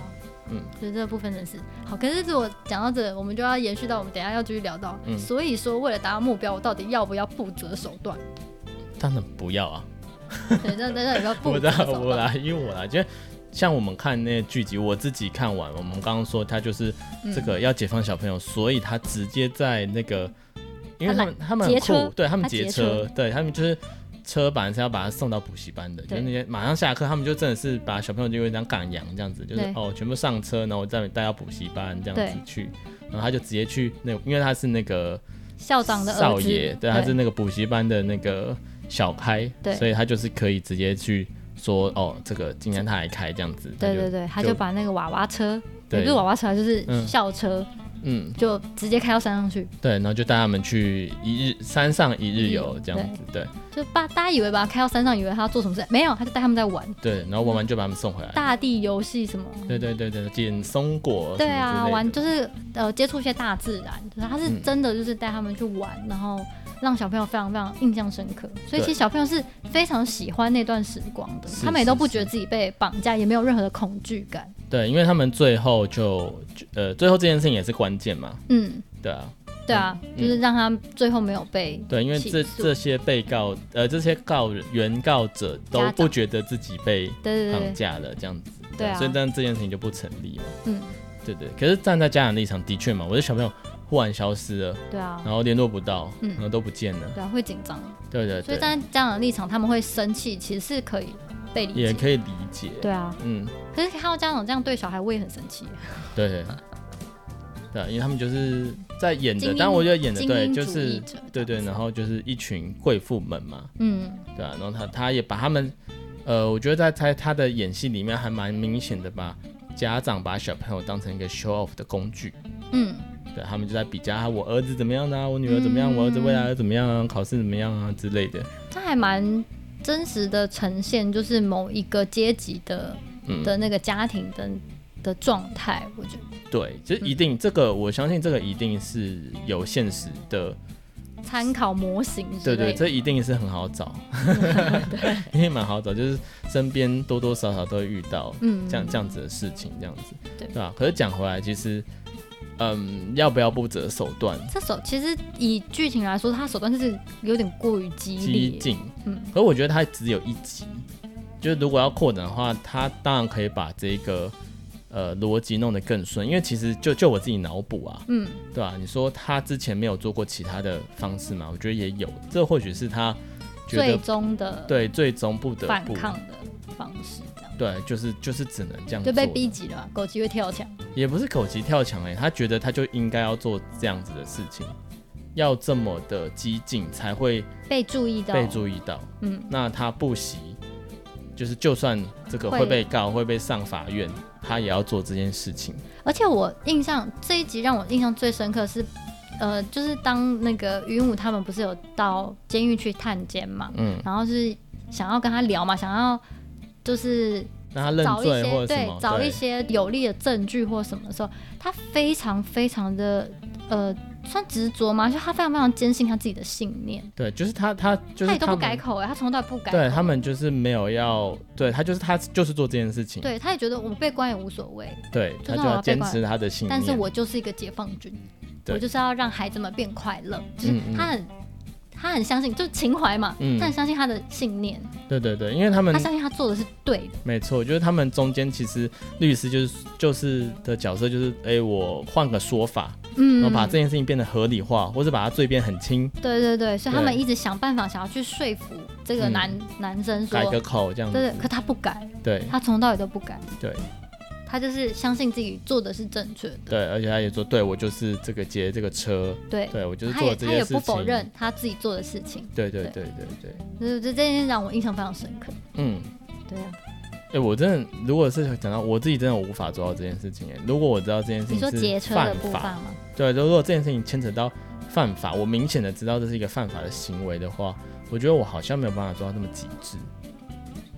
[SPEAKER 1] 嗯，
[SPEAKER 2] 所以这部分真是好。可是如果讲到这，我们就要延续到我们等一下要继续聊到。
[SPEAKER 1] 嗯
[SPEAKER 2] 所以说，为了达到目标，我到底要不要不择手段？
[SPEAKER 1] 当然不要啊，
[SPEAKER 2] 对，那那那要不
[SPEAKER 1] 我
[SPEAKER 2] 择
[SPEAKER 1] 的
[SPEAKER 2] 手
[SPEAKER 1] 我
[SPEAKER 2] 段？
[SPEAKER 1] 啦，因为我啦，就像我们看那个剧集，我自己看完，我们刚刚说他就是
[SPEAKER 2] 嗯
[SPEAKER 1] 这个要解放小朋友，所以他直接在那个，因为他们他们
[SPEAKER 2] 劫
[SPEAKER 1] 很
[SPEAKER 2] 车
[SPEAKER 1] 酷，对他们
[SPEAKER 2] 他劫
[SPEAKER 1] 劫车，对他们就是。车本来是要把他送到补习班的，就
[SPEAKER 2] 对
[SPEAKER 1] 是那些马上下课，他们就真的是把小朋友就有点赶羊这样子，就是
[SPEAKER 2] 对
[SPEAKER 1] 哦，全部上车，然后我再带到补习班这样
[SPEAKER 2] 对
[SPEAKER 1] 子去，然后他就直接去那，因为他是那个
[SPEAKER 2] 校长的儿
[SPEAKER 1] 少
[SPEAKER 2] 子，
[SPEAKER 1] 爷，对，他是那个补习班的那个小开，
[SPEAKER 2] 对
[SPEAKER 1] 所以他就是可以直接去说，哦，这个今天他还开这样子，
[SPEAKER 2] 对
[SPEAKER 1] 他就
[SPEAKER 2] 对对，他就把那个娃娃车，
[SPEAKER 1] 对
[SPEAKER 2] 也不是娃娃车啊，就是
[SPEAKER 1] 嗯
[SPEAKER 2] 校车，
[SPEAKER 1] 嗯，
[SPEAKER 2] 就直接开到山上去。
[SPEAKER 1] 对，然后就带他们去一日山上一日
[SPEAKER 2] 一日游
[SPEAKER 1] 游这样子，对
[SPEAKER 2] 就把大家以为把他开到山上，以为他要做什么事，没有，他就带他们在玩
[SPEAKER 1] 对，然后玩完就把他们送回来，
[SPEAKER 2] 大地游戏什么。
[SPEAKER 1] 对对对对，捡松果什
[SPEAKER 2] 对啊，
[SPEAKER 1] 么之
[SPEAKER 2] 玩
[SPEAKER 1] 类的，
[SPEAKER 2] 就是呃接触一些大自然，就是他是
[SPEAKER 1] 嗯
[SPEAKER 2] 真的就是带他们去玩，然后让小朋友非常非常印象深刻。所以其
[SPEAKER 1] 对
[SPEAKER 2] 实小朋友是非常喜欢那段时光的，
[SPEAKER 1] 是
[SPEAKER 2] 他们也都
[SPEAKER 1] 是
[SPEAKER 2] 不
[SPEAKER 1] 是
[SPEAKER 2] 觉得自己被绑架，也没有任何的恐惧感。
[SPEAKER 1] 对，因为他们最后就就呃，最后这件事情也是关键嘛，
[SPEAKER 2] 嗯，
[SPEAKER 1] 对啊，
[SPEAKER 2] 对啊，
[SPEAKER 1] 嗯
[SPEAKER 2] 就是让他最后没有被
[SPEAKER 1] 对，因为
[SPEAKER 2] 起
[SPEAKER 1] 这
[SPEAKER 2] 诉
[SPEAKER 1] 这些被告呃这些告人原告者
[SPEAKER 2] 家
[SPEAKER 1] 都
[SPEAKER 2] 长
[SPEAKER 1] 不觉得自己被
[SPEAKER 2] 对对
[SPEAKER 1] 绑
[SPEAKER 2] 对，
[SPEAKER 1] 架了这样子，
[SPEAKER 2] 对啊
[SPEAKER 1] 所以但这件事情就不成立嘛。
[SPEAKER 2] 嗯，
[SPEAKER 1] 对对，可是站在家长立场，的确嘛，我的小朋友忽然消失了，
[SPEAKER 2] 对啊，
[SPEAKER 1] 然后联络不到，
[SPEAKER 2] 嗯
[SPEAKER 1] 然后都不见了。
[SPEAKER 2] 对啊，会紧张。
[SPEAKER 1] 对对
[SPEAKER 2] 所以
[SPEAKER 1] 对，
[SPEAKER 2] 站在家长的立场，他们会生气，其实是可以被理
[SPEAKER 1] 也
[SPEAKER 2] 解。
[SPEAKER 1] 可以理解。
[SPEAKER 2] 对啊，
[SPEAKER 1] 嗯，
[SPEAKER 2] 可是看到家长这样对小孩，我也很生气。
[SPEAKER 1] 对对对啊，因为他们就是在演
[SPEAKER 2] 精
[SPEAKER 1] 的，
[SPEAKER 2] 英
[SPEAKER 1] 但我觉得演的嗯
[SPEAKER 2] 精
[SPEAKER 1] 对，
[SPEAKER 2] 英主
[SPEAKER 1] 就
[SPEAKER 2] 义
[SPEAKER 1] 是
[SPEAKER 2] 者，
[SPEAKER 1] 对对，
[SPEAKER 2] 这样子
[SPEAKER 1] 然后就是一群贵妇们嘛，
[SPEAKER 2] 嗯，
[SPEAKER 1] 对啊，然后他他也把他们，呃，我觉得在他他的演戏里面还蛮明显的把家长把小朋友当成一个 show off 的工具，
[SPEAKER 2] 嗯，
[SPEAKER 1] 对他们就在比较啊我儿子怎么样呢、啊，我女儿怎么样，我儿子未来要怎么样啊，考试怎么样啊之类的。
[SPEAKER 2] 它还蛮真实的呈现，就是某一个阶级的
[SPEAKER 1] 嗯，
[SPEAKER 2] 的那个家庭的的状态，我觉得
[SPEAKER 1] 对，就是一定、这个，我相信这个一定是有现实的，
[SPEAKER 2] 参考模型之
[SPEAKER 1] 对
[SPEAKER 2] 类
[SPEAKER 1] 对，
[SPEAKER 2] 的。
[SPEAKER 1] 这一定是很好找， [LAUGHS] 因为蛮好找，就是身边多多少少都会遇到
[SPEAKER 2] 嗯，
[SPEAKER 1] 这样这样子的事情，这样子，
[SPEAKER 2] 对
[SPEAKER 1] 吧、可是讲回来，其实，嗯，要不要不择手段
[SPEAKER 2] 这手其实以剧情来说，它手段就是有点过于激
[SPEAKER 1] 激
[SPEAKER 2] 烈。
[SPEAKER 1] 进？
[SPEAKER 2] 嗯
[SPEAKER 1] 可我觉得它只有一集，就是如果要扩展的话，它当然可以把这个呃逻辑弄得更顺，因为其实就就我自己脑补啊，
[SPEAKER 2] 嗯，
[SPEAKER 1] 对啊，你说他之前没有做过其他的方式嘛？我觉得也有，这或许是他觉
[SPEAKER 2] 最
[SPEAKER 1] 得
[SPEAKER 2] 终的
[SPEAKER 1] 对最终不得
[SPEAKER 2] 反
[SPEAKER 1] 不
[SPEAKER 2] 抗的方式，这样
[SPEAKER 1] 对，就是就是只能这样
[SPEAKER 2] 就
[SPEAKER 1] 做
[SPEAKER 2] 被
[SPEAKER 1] 的，
[SPEAKER 2] 逼急了嘛，狗急会跳墙。
[SPEAKER 1] 也不是口急跳墙哎、他觉得他就应该要做这样子的事情，要这么的激进才会
[SPEAKER 2] 被注意到，
[SPEAKER 1] 被注意到。
[SPEAKER 2] 嗯，
[SPEAKER 1] 那他不惜，就是就算这个
[SPEAKER 2] 会
[SPEAKER 1] 会被告会被上法院，他也要做这件事情。
[SPEAKER 2] 而且我印象这一集让我印象最深刻是，呃，就是当那个云武他们不是有到监狱去探监嘛，
[SPEAKER 1] 嗯
[SPEAKER 2] 然后是想要跟他聊嘛，想要就是
[SPEAKER 1] 那他认
[SPEAKER 2] 找一
[SPEAKER 1] 罪或者什
[SPEAKER 2] 些对
[SPEAKER 1] 么，
[SPEAKER 2] 找一
[SPEAKER 1] 对
[SPEAKER 2] 些有力的证据或什么的时候，他非常非常的呃，算执着吗？就他非常非常坚信他自己的信念，
[SPEAKER 1] 对，就是他他就是
[SPEAKER 2] 他也都不
[SPEAKER 1] 们
[SPEAKER 2] 改口哎、他从头到尾不改口，
[SPEAKER 1] 对他们就是没有要，对他就是他就是做这件事情，
[SPEAKER 2] 对他也觉得我被关也无所谓，
[SPEAKER 1] 对他
[SPEAKER 2] 就算
[SPEAKER 1] 就
[SPEAKER 2] 我要
[SPEAKER 1] 要
[SPEAKER 2] 被
[SPEAKER 1] 坚
[SPEAKER 2] 关
[SPEAKER 1] 持他的信念。
[SPEAKER 2] 但是我就是一个解放军，
[SPEAKER 1] 嗯对
[SPEAKER 2] 我就是要让孩子们变快乐，就是
[SPEAKER 1] 嗯嗯
[SPEAKER 2] 他很。他很相信，就是情怀嘛，
[SPEAKER 1] 嗯
[SPEAKER 2] 他很相信他的信念，
[SPEAKER 1] 对对对，因为他们
[SPEAKER 2] 他相信他做的是对的。
[SPEAKER 1] 没错，就是他们中间其实律师就是就是的角色就是，哎、我换个说法，
[SPEAKER 2] 嗯，
[SPEAKER 1] 然后把这件事情变得合理化，或者把他罪变很轻，
[SPEAKER 2] 对对对，所以他
[SPEAKER 1] 对
[SPEAKER 2] 们一直想办法想要去说服这个
[SPEAKER 1] 嗯
[SPEAKER 2] 男、男生说
[SPEAKER 1] 改，个口这样子。
[SPEAKER 2] 对对，可他不改，
[SPEAKER 1] 对
[SPEAKER 2] 他从头到尾都不改，
[SPEAKER 1] 对
[SPEAKER 2] 他就是相信自己做的是正确的，
[SPEAKER 1] 对，而且他也说，对我就是这个劫这个车，
[SPEAKER 2] 对，
[SPEAKER 1] 对我就是
[SPEAKER 2] 他
[SPEAKER 1] 做
[SPEAKER 2] 也
[SPEAKER 1] 了这
[SPEAKER 2] 他
[SPEAKER 1] 些
[SPEAKER 2] 也
[SPEAKER 1] 事情。
[SPEAKER 2] 不否认他自己做的事情，
[SPEAKER 1] 对对对对对，
[SPEAKER 2] 就是这件事让我印象非常深刻，
[SPEAKER 1] 嗯。
[SPEAKER 2] 对啊，
[SPEAKER 1] 哎、我真的，如果是讲到我自己，真的无法做到这件事情、哎，如果我知道这件事情
[SPEAKER 2] 你说劫
[SPEAKER 1] 是
[SPEAKER 2] 车的
[SPEAKER 1] 犯
[SPEAKER 2] 部分
[SPEAKER 1] 法，
[SPEAKER 2] 吗？
[SPEAKER 1] 对，如果这件事情牵扯到犯法，我明显的知道这是一个犯法的行为的话，我觉得我好像没有办法做到那么极致。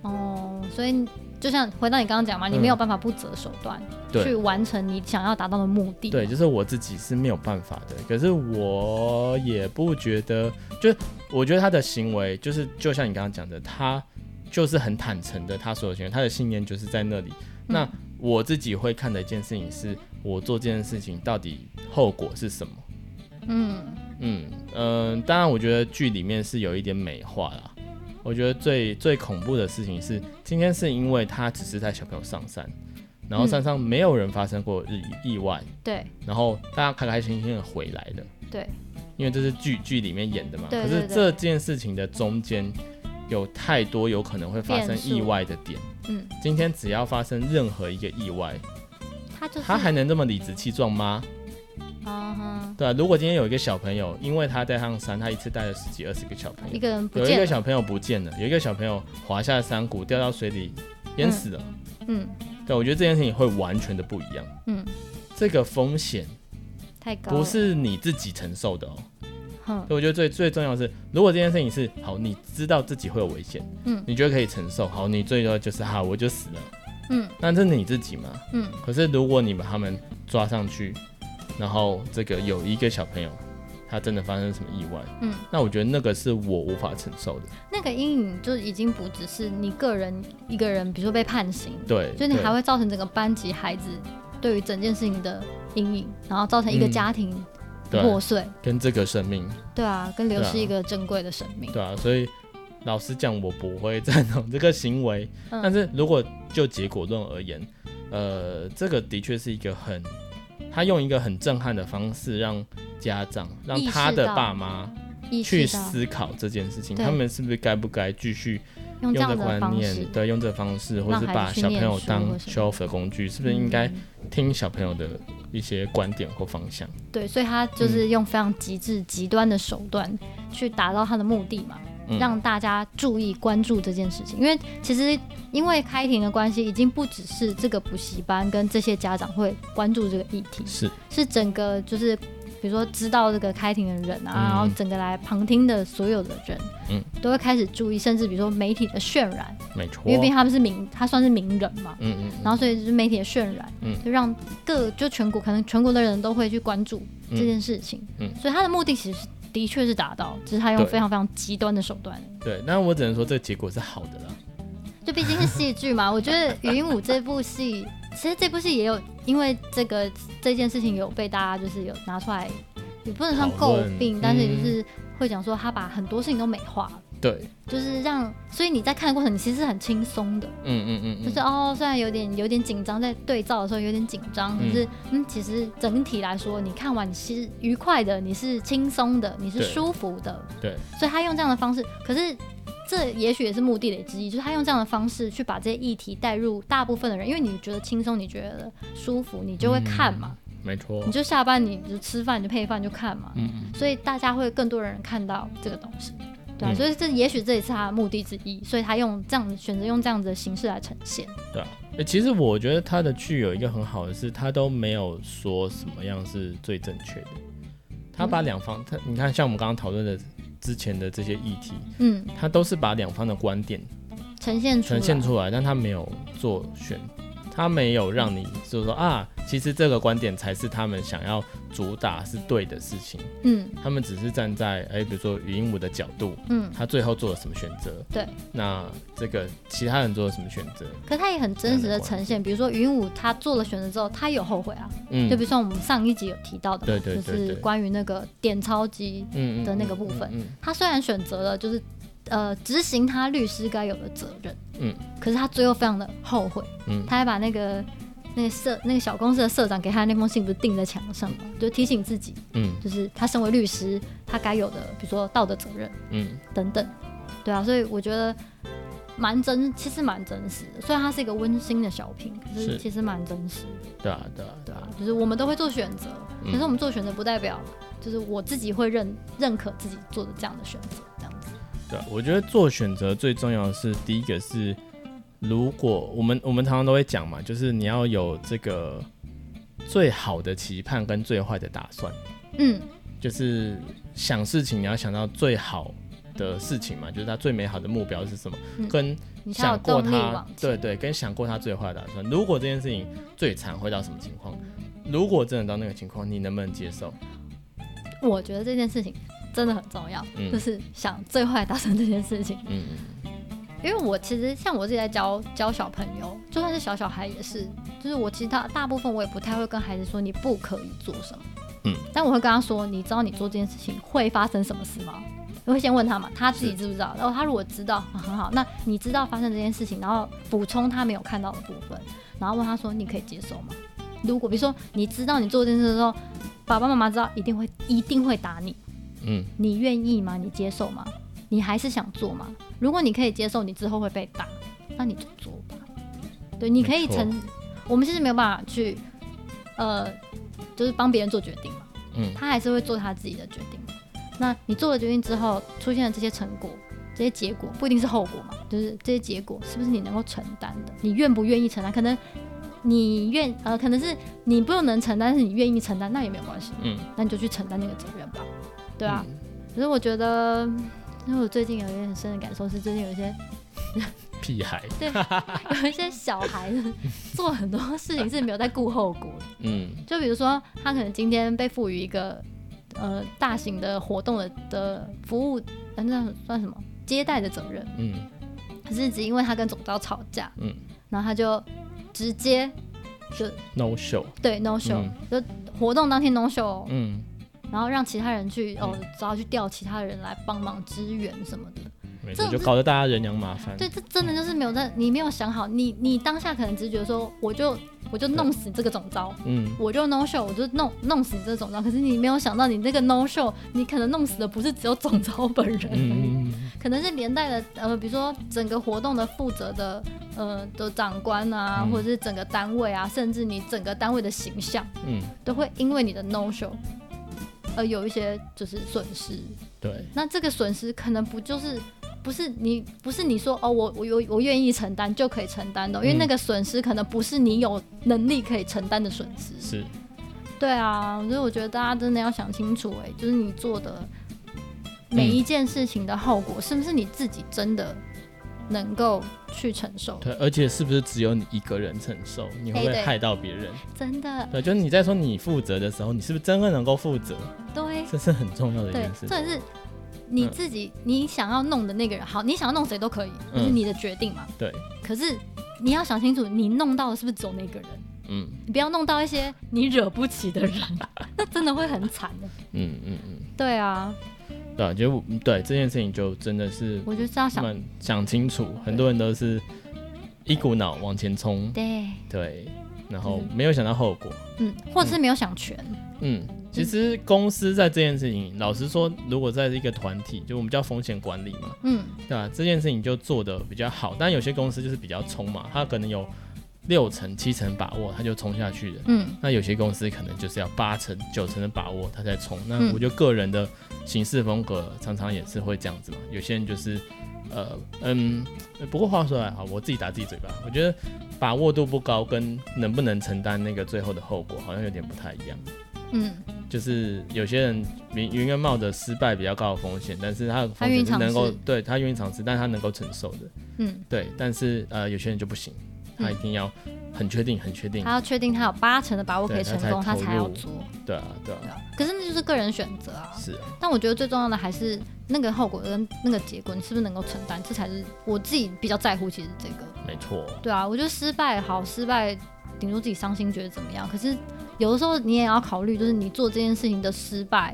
[SPEAKER 2] 哦，所以你就像回到你刚刚讲嘛，你没有办法不择手段、去
[SPEAKER 1] 对，
[SPEAKER 2] 完成你想要达到的目的，
[SPEAKER 1] 对，就是我自己是没有办法的。可是我也不觉得，就是我觉得他的行为，就是就像你刚刚讲的，他就是很坦诚的，他所有行为，他的信念就是在那里。那我自己会看的一件事情是，我做这件事情到底后果是什么？
[SPEAKER 2] 嗯，
[SPEAKER 1] 嗯嗯、呃当然，我觉得剧里面是有一点美化啦。我觉得最最恐怖的事情是，今天是因为他只是带小朋友上山，然后山上没有人发生过意意外，
[SPEAKER 2] 对
[SPEAKER 1] 然后大家开开心心的回来的，
[SPEAKER 2] 对，
[SPEAKER 1] 因为这是剧剧里面演的嘛。
[SPEAKER 2] 对
[SPEAKER 1] 可是
[SPEAKER 2] 对对
[SPEAKER 1] 这件事情的中间有太多有可能会发生
[SPEAKER 2] 变数
[SPEAKER 1] 意外的点。
[SPEAKER 2] 嗯，
[SPEAKER 1] 今天只要发生任何一个意外，
[SPEAKER 2] 他就是
[SPEAKER 1] 他还能这么理直气壮吗？
[SPEAKER 2] 嗯哼
[SPEAKER 1] 对啊，如果今天有一个小朋友，因为他在上山，他一次带了十几二十个小朋友
[SPEAKER 2] 一，个人不
[SPEAKER 1] 有一
[SPEAKER 2] 见
[SPEAKER 1] 个
[SPEAKER 2] 了，
[SPEAKER 1] 小朋友不见了，有一个小朋友滑下山谷掉到水里淹死了。
[SPEAKER 2] 嗯
[SPEAKER 1] 对，我觉得这件事情会完全的不一样。
[SPEAKER 2] 嗯，
[SPEAKER 1] 这个风险
[SPEAKER 2] 太高了，
[SPEAKER 1] 不是你自己承受的哦。
[SPEAKER 2] 哼，
[SPEAKER 1] 所以我觉得最最重要的是，如果这件事情是好，你知道自己会有危险，
[SPEAKER 2] 嗯
[SPEAKER 1] 你觉得可以承受，好，你最多就是哈，我就死了，
[SPEAKER 2] 嗯
[SPEAKER 1] 那这是你自己嘛。
[SPEAKER 2] 嗯
[SPEAKER 1] 可是如果你把他们抓上去，然后这个有一个小朋友他真的发生什么意外，
[SPEAKER 2] 嗯，
[SPEAKER 1] 那我觉得那个是我无法承受的。
[SPEAKER 2] 那个阴影就已经不只是你个人一个人，比如说被判刑，
[SPEAKER 1] 对，
[SPEAKER 2] 就是你
[SPEAKER 1] 对
[SPEAKER 2] 还会造成整个班级孩子对于整件事情的阴影，然后造成一个
[SPEAKER 1] 嗯
[SPEAKER 2] 家庭
[SPEAKER 1] 对
[SPEAKER 2] 破碎，
[SPEAKER 1] 跟这个生命，
[SPEAKER 2] 对啊，跟流
[SPEAKER 1] 对啊
[SPEAKER 2] 失一个珍贵的生命。
[SPEAKER 1] 对啊，所以老实讲，我不会 [LAUGHS] 赞同这个行为。
[SPEAKER 2] 嗯
[SPEAKER 1] 但是如果就结果论而言，呃，这个的确是一个很，他用一个很震撼的方式让家长，让
[SPEAKER 2] 意识
[SPEAKER 1] 他的
[SPEAKER 2] 到
[SPEAKER 1] 爸妈
[SPEAKER 2] 意
[SPEAKER 1] 去
[SPEAKER 2] 识到
[SPEAKER 1] 思考这件事情，
[SPEAKER 2] 对
[SPEAKER 1] 他们是不是该不该继续
[SPEAKER 2] 用这
[SPEAKER 1] 用
[SPEAKER 2] 样
[SPEAKER 1] 这
[SPEAKER 2] 的
[SPEAKER 1] 观
[SPEAKER 2] 方
[SPEAKER 1] 念
[SPEAKER 2] 式，，
[SPEAKER 1] 对，用这方式，或
[SPEAKER 2] 让
[SPEAKER 1] 是
[SPEAKER 2] 孩子
[SPEAKER 1] 把
[SPEAKER 2] 去
[SPEAKER 1] 小朋
[SPEAKER 2] 念
[SPEAKER 1] 友
[SPEAKER 2] 书
[SPEAKER 1] 当
[SPEAKER 2] 或什
[SPEAKER 1] show off 的工具，是不是应该
[SPEAKER 2] 嗯
[SPEAKER 1] 听小朋友的一些观点或方向？
[SPEAKER 2] 对，所以他
[SPEAKER 1] 嗯
[SPEAKER 2] 就是用非常极致、极端的手段去达到他的目的嘛，
[SPEAKER 1] 嗯
[SPEAKER 2] 让大家注意关注这件事情。因为其实因为开庭的关系，已经不只是这个补习班跟这些家长会关注这个议题，
[SPEAKER 1] 是
[SPEAKER 2] 是整个就是比如说知道这个开庭的人啊，
[SPEAKER 1] 嗯
[SPEAKER 2] 然后整个来旁听的所有的人，
[SPEAKER 1] 嗯
[SPEAKER 2] 都会开始注意，甚至比如说媒体的渲染，
[SPEAKER 1] 没错
[SPEAKER 2] 因，为毕竟他们是名，他算是名人嘛，
[SPEAKER 1] 嗯嗯
[SPEAKER 2] 然后所以就是媒体的渲染，
[SPEAKER 1] 嗯
[SPEAKER 2] 就让各就全国可能全国的人都会去关注这件事情，
[SPEAKER 1] 嗯嗯
[SPEAKER 2] 所以他的目的其实是的确是达到，只是他用
[SPEAKER 1] 对
[SPEAKER 2] 非常非常极端的手段。
[SPEAKER 1] 对，那我只能说这个结果是好的啦。
[SPEAKER 2] 就毕竟是戏剧嘛，我觉得《云舞》这部戏，其实这部戏也有因为这个这件事情有被大家就是有拿出来，也不能算
[SPEAKER 1] 讨
[SPEAKER 2] 诟
[SPEAKER 1] 论嗯
[SPEAKER 2] 病，但是就是会讲说他把很多事情都美化了，
[SPEAKER 1] 对，
[SPEAKER 2] 就是让，所以你在看的过程，你其实是很轻松的，
[SPEAKER 1] 嗯嗯嗯，嗯
[SPEAKER 2] 就是哦，虽然有点有点紧张，在对照的时候有点紧张，可
[SPEAKER 1] 嗯
[SPEAKER 2] 是嗯，其实整体来说，你看完你是愉快的，你是轻松的，你是
[SPEAKER 1] 对
[SPEAKER 2] 舒服的，
[SPEAKER 1] 对，
[SPEAKER 2] 所以他用这样的方式，可是这也许也是目的的之一，就是他用这样的方式去把这些议题带入大部分的人，因为你觉得轻松，你觉得舒服，你就会看嘛，
[SPEAKER 1] 没错
[SPEAKER 2] 你，就下班你就吃饭，你就配饭就看嘛，
[SPEAKER 1] 嗯嗯，
[SPEAKER 2] 所以大家会更多人看到这个东西。对啊，
[SPEAKER 1] 嗯
[SPEAKER 2] 所以这也许这也是他的目的之一，所以他用这样选择用这样子的形式来呈现。
[SPEAKER 1] 对啊。诶其实我觉得他的剧有一个很好的是，他都没有说什么样是最正确的。他
[SPEAKER 2] 嗯
[SPEAKER 1] 把两方，他你看，像我们刚刚讨论的之前的这些议题，
[SPEAKER 2] 嗯，
[SPEAKER 1] 他都是把两方的观点
[SPEAKER 2] 呈现出来，
[SPEAKER 1] 呈现出来，但他没有做选，他没有让你就是说啊，其实这个观点才是他们想要主打是对的事情，
[SPEAKER 2] 嗯
[SPEAKER 1] 他们只是站在哎，比如说语音舞的角度，
[SPEAKER 2] 嗯，
[SPEAKER 1] 他最后做了什么选择，
[SPEAKER 2] 对。
[SPEAKER 1] 那这个其他人做了什么选择，
[SPEAKER 2] 可他也很真实的呈现，比如说云武他做了选择之后，他有后悔啊，
[SPEAKER 1] 嗯，
[SPEAKER 2] 就比如说我们上一集有提到的嘛，
[SPEAKER 1] 对对对
[SPEAKER 2] 就是
[SPEAKER 1] 对
[SPEAKER 2] 关于那个点钞机，
[SPEAKER 1] 嗯嗯
[SPEAKER 2] 的那个部分
[SPEAKER 1] 嗯嗯
[SPEAKER 2] 他虽然选择了就是呃执行他律师该有的责任，
[SPEAKER 1] 嗯，
[SPEAKER 2] 可是他最后非常的后悔，
[SPEAKER 1] 嗯
[SPEAKER 2] 他还把那个那个社那个小公司的社长给他那封信不是钉在墙上吗？就提醒自己，
[SPEAKER 1] 嗯
[SPEAKER 2] 就是他身为律师，他该有的比如说道德责任
[SPEAKER 1] 嗯
[SPEAKER 2] 等等，对啊，所以我觉得。蛮真，其实蛮真实的。虽然它是一个温馨的小品，可是
[SPEAKER 1] 是
[SPEAKER 2] 其实蛮真实的，
[SPEAKER 1] 嗯，对啊对啊对
[SPEAKER 2] 对
[SPEAKER 1] 啊
[SPEAKER 2] 啊，，就是我们都会做选择，
[SPEAKER 1] 嗯
[SPEAKER 2] 可是我们做选择不代表就是我自己会认认可自己做的这样的选择，这样子。
[SPEAKER 1] 对啊，我觉得做选择最重要的是，第一个是，如果我们我们常常都会讲嘛，就是你要有这个最好的期盼跟最坏的打算，
[SPEAKER 2] 嗯
[SPEAKER 1] 就是想事情你要想到最好的事情嘛，就是它最美好的目标是什么，
[SPEAKER 2] 嗯
[SPEAKER 1] 跟，
[SPEAKER 2] 你才有
[SPEAKER 1] 想过
[SPEAKER 2] 动力
[SPEAKER 1] 他
[SPEAKER 2] 往，前。
[SPEAKER 1] 对对，跟想过他最坏的打算。如果这件事情最惨会到什么情况？如果真的到那个情况，你能不能接受？
[SPEAKER 2] 我觉得这件事情真的很重要，
[SPEAKER 1] 嗯
[SPEAKER 2] 就是想最坏打算这件事情。
[SPEAKER 1] 嗯
[SPEAKER 2] 因为我其实像我自己在教教小朋友，就算是小小孩也是，就是我其实大大部分我也不太会跟孩子说你不可以做什么，
[SPEAKER 1] 嗯，
[SPEAKER 2] 但我会跟他说，你知道你做这件事情会发生什么事吗？我会先问他嘛，他自己知不知道？然后他如果知道、啊很好，那你知道发生这件事情，然后补充他没有看到的部分，然后问他说你可以接受吗？如果比如说你知道你做这件事的时候，爸爸妈妈知道一定会一定会打你，
[SPEAKER 1] 嗯
[SPEAKER 2] 你愿意吗？你接受吗？你还是想做吗？如果你可以接受，你之后会被打，那你就做吧。对，你可
[SPEAKER 1] 没
[SPEAKER 2] 以
[SPEAKER 1] 错
[SPEAKER 2] 承，我们其实没有办法去，呃，就是帮别人做决定嘛，
[SPEAKER 1] 嗯
[SPEAKER 2] 他还是会做他自己的决定。那你做了决定之后，出现了这些成果、这些结果，不一定是后果嘛，就是这些结果是不是你能够承担的？你愿不愿意承担？可能你愿，呃，可能是你不能承担，但是你愿意承担，那也没有关系。
[SPEAKER 1] 嗯，
[SPEAKER 2] 那你就去承担那个责任吧，对啊。
[SPEAKER 1] 嗯
[SPEAKER 2] 可是我觉得，因为我最近有一个很深的感受是，最近有一些 [LAUGHS]
[SPEAKER 1] 屁孩，
[SPEAKER 2] 有一些小孩子做很多事情是没有在顾后果的。
[SPEAKER 1] 嗯
[SPEAKER 2] 就比如说，他可能今天被赋予一个呃大型的活动的的服务，呃那算什么接待的责任，
[SPEAKER 1] 嗯
[SPEAKER 2] 可是只因为他跟总招吵架，
[SPEAKER 1] 嗯
[SPEAKER 2] 然后他就直接就
[SPEAKER 1] ，no show，
[SPEAKER 2] 对 no show，、就活动当天 no show，哦、
[SPEAKER 1] 嗯
[SPEAKER 2] 然后让其他人去哦，只好去调其他人来帮忙支援什么的。
[SPEAKER 1] 没错，
[SPEAKER 2] 这种
[SPEAKER 1] 就是搞得大家人仰马翻。
[SPEAKER 2] 对，这真的就是没有在，你没有想好，你你当下可能只是觉得说，我就我就弄死这个总招，
[SPEAKER 1] 嗯，
[SPEAKER 2] 我就 no show，我就弄弄死这个总招。可是你没有想到，你这个 no show，你可能弄死的不是只有总招本人，
[SPEAKER 1] 嗯嗯嗯
[SPEAKER 2] [LAUGHS] 可能是连带了呃，比如说整个活动的负责的呃的长官啊，
[SPEAKER 1] 嗯
[SPEAKER 2] 或者是整个单位啊，甚至你整个单位的形象，
[SPEAKER 1] 嗯，
[SPEAKER 2] 都会因为你的 no show 而有一些就是损失。
[SPEAKER 1] 对，
[SPEAKER 2] 那这个损失可能不就是不是你不是你说哦，我我有我愿意承担就可以承担的哦，因为
[SPEAKER 1] 嗯
[SPEAKER 2] 那个损失可能不是你有能力可以承担的损失。
[SPEAKER 1] 是，
[SPEAKER 2] 对啊，所以我觉得大家真的要想清楚、哎，就是你做的每
[SPEAKER 1] 嗯
[SPEAKER 2] 一件事情的后果，是不是你自己真的能够去承受？
[SPEAKER 1] 对，而且是不是只有你一个人承受？你会不
[SPEAKER 2] 哎
[SPEAKER 1] 会
[SPEAKER 2] 对
[SPEAKER 1] 害到别人？
[SPEAKER 2] 真的，
[SPEAKER 1] 对，就是你在说你负责的时候，你是不是真的能够负责？
[SPEAKER 2] 对
[SPEAKER 1] 这是很重要的一
[SPEAKER 2] 对
[SPEAKER 1] 件，事。
[SPEAKER 2] 这是。你
[SPEAKER 1] 嗯
[SPEAKER 2] 自己，你想要弄的那个人，好，你想要弄谁都可以，这是
[SPEAKER 1] 嗯
[SPEAKER 2] 你的决定嘛。
[SPEAKER 1] 对，
[SPEAKER 2] 可是你要想清楚，你弄到的是不是只有那个人？
[SPEAKER 1] 嗯
[SPEAKER 2] 你不要弄到一些你惹不起的人， [LAUGHS] 那真的会很惨的。
[SPEAKER 1] 嗯嗯嗯，
[SPEAKER 2] 对啊，
[SPEAKER 1] 对啊，就对这件事情就真的是
[SPEAKER 2] 我就是要想，
[SPEAKER 1] 蛮想清楚，很多人都是一股脑往前冲，
[SPEAKER 2] 对，
[SPEAKER 1] 对，然后
[SPEAKER 2] 嗯
[SPEAKER 1] 没有想到后果。
[SPEAKER 2] 嗯，或者是没有想全，
[SPEAKER 1] 嗯，其实公司在这件事情，老实说，如果在一个团体，就我们叫风险管理嘛，
[SPEAKER 2] 嗯
[SPEAKER 1] 对吧、这件事情就做得比较好，但有些公司就是比较冲嘛，它可能有六成、七成把握，它就冲下去了。
[SPEAKER 2] 嗯
[SPEAKER 1] 那有些公司可能就是要八成、九成的把握，它才冲。那
[SPEAKER 2] 嗯
[SPEAKER 1] 我觉得个人的行事风格常常也是会这样子嘛。有些人就是，呃，嗯，不过话说来啊，我自己打自己嘴巴，我觉得把握度不高，跟能不能承担那个最后的后果，好像有点不太一样。
[SPEAKER 2] 嗯，
[SPEAKER 1] 就是有些人云云跟冒着失败比较高的风险，但是他的
[SPEAKER 2] 他
[SPEAKER 1] 风
[SPEAKER 2] 愿意
[SPEAKER 1] 险是能
[SPEAKER 2] 尝
[SPEAKER 1] 够
[SPEAKER 2] 试
[SPEAKER 1] 对他愿意尝试，但他能够承受的。
[SPEAKER 2] 嗯，
[SPEAKER 1] 对，但是呃，有些人就不行，他一定要很确定，很确定
[SPEAKER 2] 他。要确定他有八成的把握可
[SPEAKER 1] 对
[SPEAKER 2] 以成
[SPEAKER 1] 他才
[SPEAKER 2] 功，他
[SPEAKER 1] 投
[SPEAKER 2] 才要
[SPEAKER 1] 入
[SPEAKER 2] 做。
[SPEAKER 1] 对啊，对
[SPEAKER 2] 对
[SPEAKER 1] 啊，
[SPEAKER 2] 啊，可是那就是个人选择啊。
[SPEAKER 1] 是啊，
[SPEAKER 2] 但我觉得最重要的还是那个后果跟那个结果，你是不是能够承担，这才是我自己比较在乎。其实这个，
[SPEAKER 1] 没错，
[SPEAKER 2] 对啊，我觉得失败好，失败顶多自己伤心，觉得怎么样？可是有的时候你也要考虑，就是你做这件事情的失败，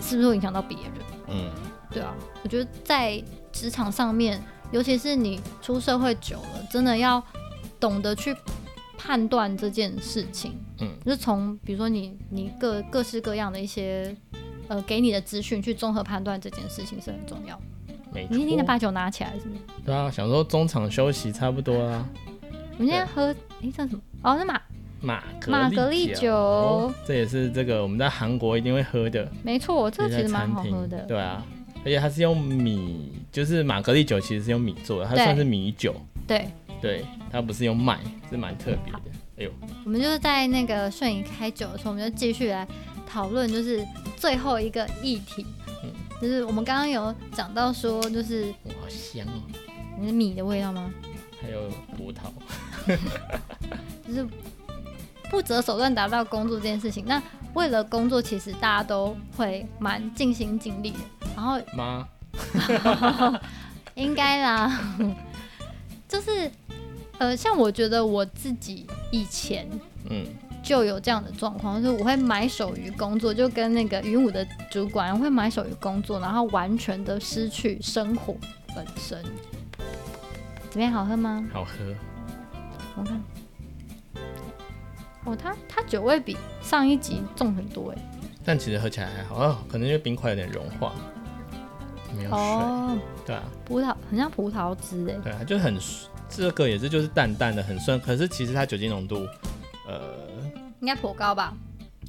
[SPEAKER 2] 是不是会影响到别人？
[SPEAKER 1] 嗯，
[SPEAKER 2] 对啊，我觉得在职场上面，尤其是你出社会久了，真的要懂得去判断这件事情。
[SPEAKER 1] 嗯，
[SPEAKER 2] 就是从比如说你你各各式各样的一些呃给你的资讯去综合判断这件事情是很重要的。
[SPEAKER 1] 没
[SPEAKER 2] 你一定得
[SPEAKER 1] 错。
[SPEAKER 2] 把酒拿起来，是不是？
[SPEAKER 1] 对啊，想说中场休息差不多啊啦。
[SPEAKER 2] 我们今天喝诶，这是什么？哦，那马
[SPEAKER 1] 玛格
[SPEAKER 2] 玛格丽
[SPEAKER 1] 丽
[SPEAKER 2] 酒，
[SPEAKER 1] 这也是这个我们在韩国一定会喝的，
[SPEAKER 2] 没错，这
[SPEAKER 1] 也
[SPEAKER 2] 个其
[SPEAKER 1] 在
[SPEAKER 2] 实蛮
[SPEAKER 1] 餐
[SPEAKER 2] 好喝
[SPEAKER 1] 厅。
[SPEAKER 2] 的。
[SPEAKER 1] 对啊，而且它是用米，就是玛格丽酒其实是用米做的，它
[SPEAKER 2] 对
[SPEAKER 1] 算是米酒，
[SPEAKER 2] 对，
[SPEAKER 1] 对，它不是用麦，是蛮特别的。哎呦，
[SPEAKER 2] 我们就是在那个顺影开酒的时候，我们就继续来讨论，就是最后一个议题，
[SPEAKER 1] 嗯
[SPEAKER 2] 就是我们刚刚有讲到说，就是
[SPEAKER 1] 哇，好香哦！
[SPEAKER 2] 你的米的味道吗？
[SPEAKER 1] 还有葡萄，
[SPEAKER 2] 就是不择手段达到工作这件事情。那为了工作，其实大家都会蛮尽心尽力的，然后
[SPEAKER 1] 妈，
[SPEAKER 2] 应该啦，就是呃，像我觉得我自己以前
[SPEAKER 1] 嗯，
[SPEAKER 2] 就有这样的状况，就是我会埋首于工作，就跟那个云武的主管我会埋首于工作，然后完全的失去生活本身。怎么样，好喝吗？
[SPEAKER 1] 好喝，
[SPEAKER 2] 我看，哦，它它酒味比上一集重很多哎。
[SPEAKER 1] 但其实喝起来还好，哦、可能因为冰块有点融化，没有水，
[SPEAKER 2] 哦，
[SPEAKER 1] 对啊，
[SPEAKER 2] 葡萄很像葡萄汁哎。
[SPEAKER 1] 对啊，就很这个也是就是淡淡的很酸，可是其实它酒精浓度，呃，
[SPEAKER 2] 应该颇高吧？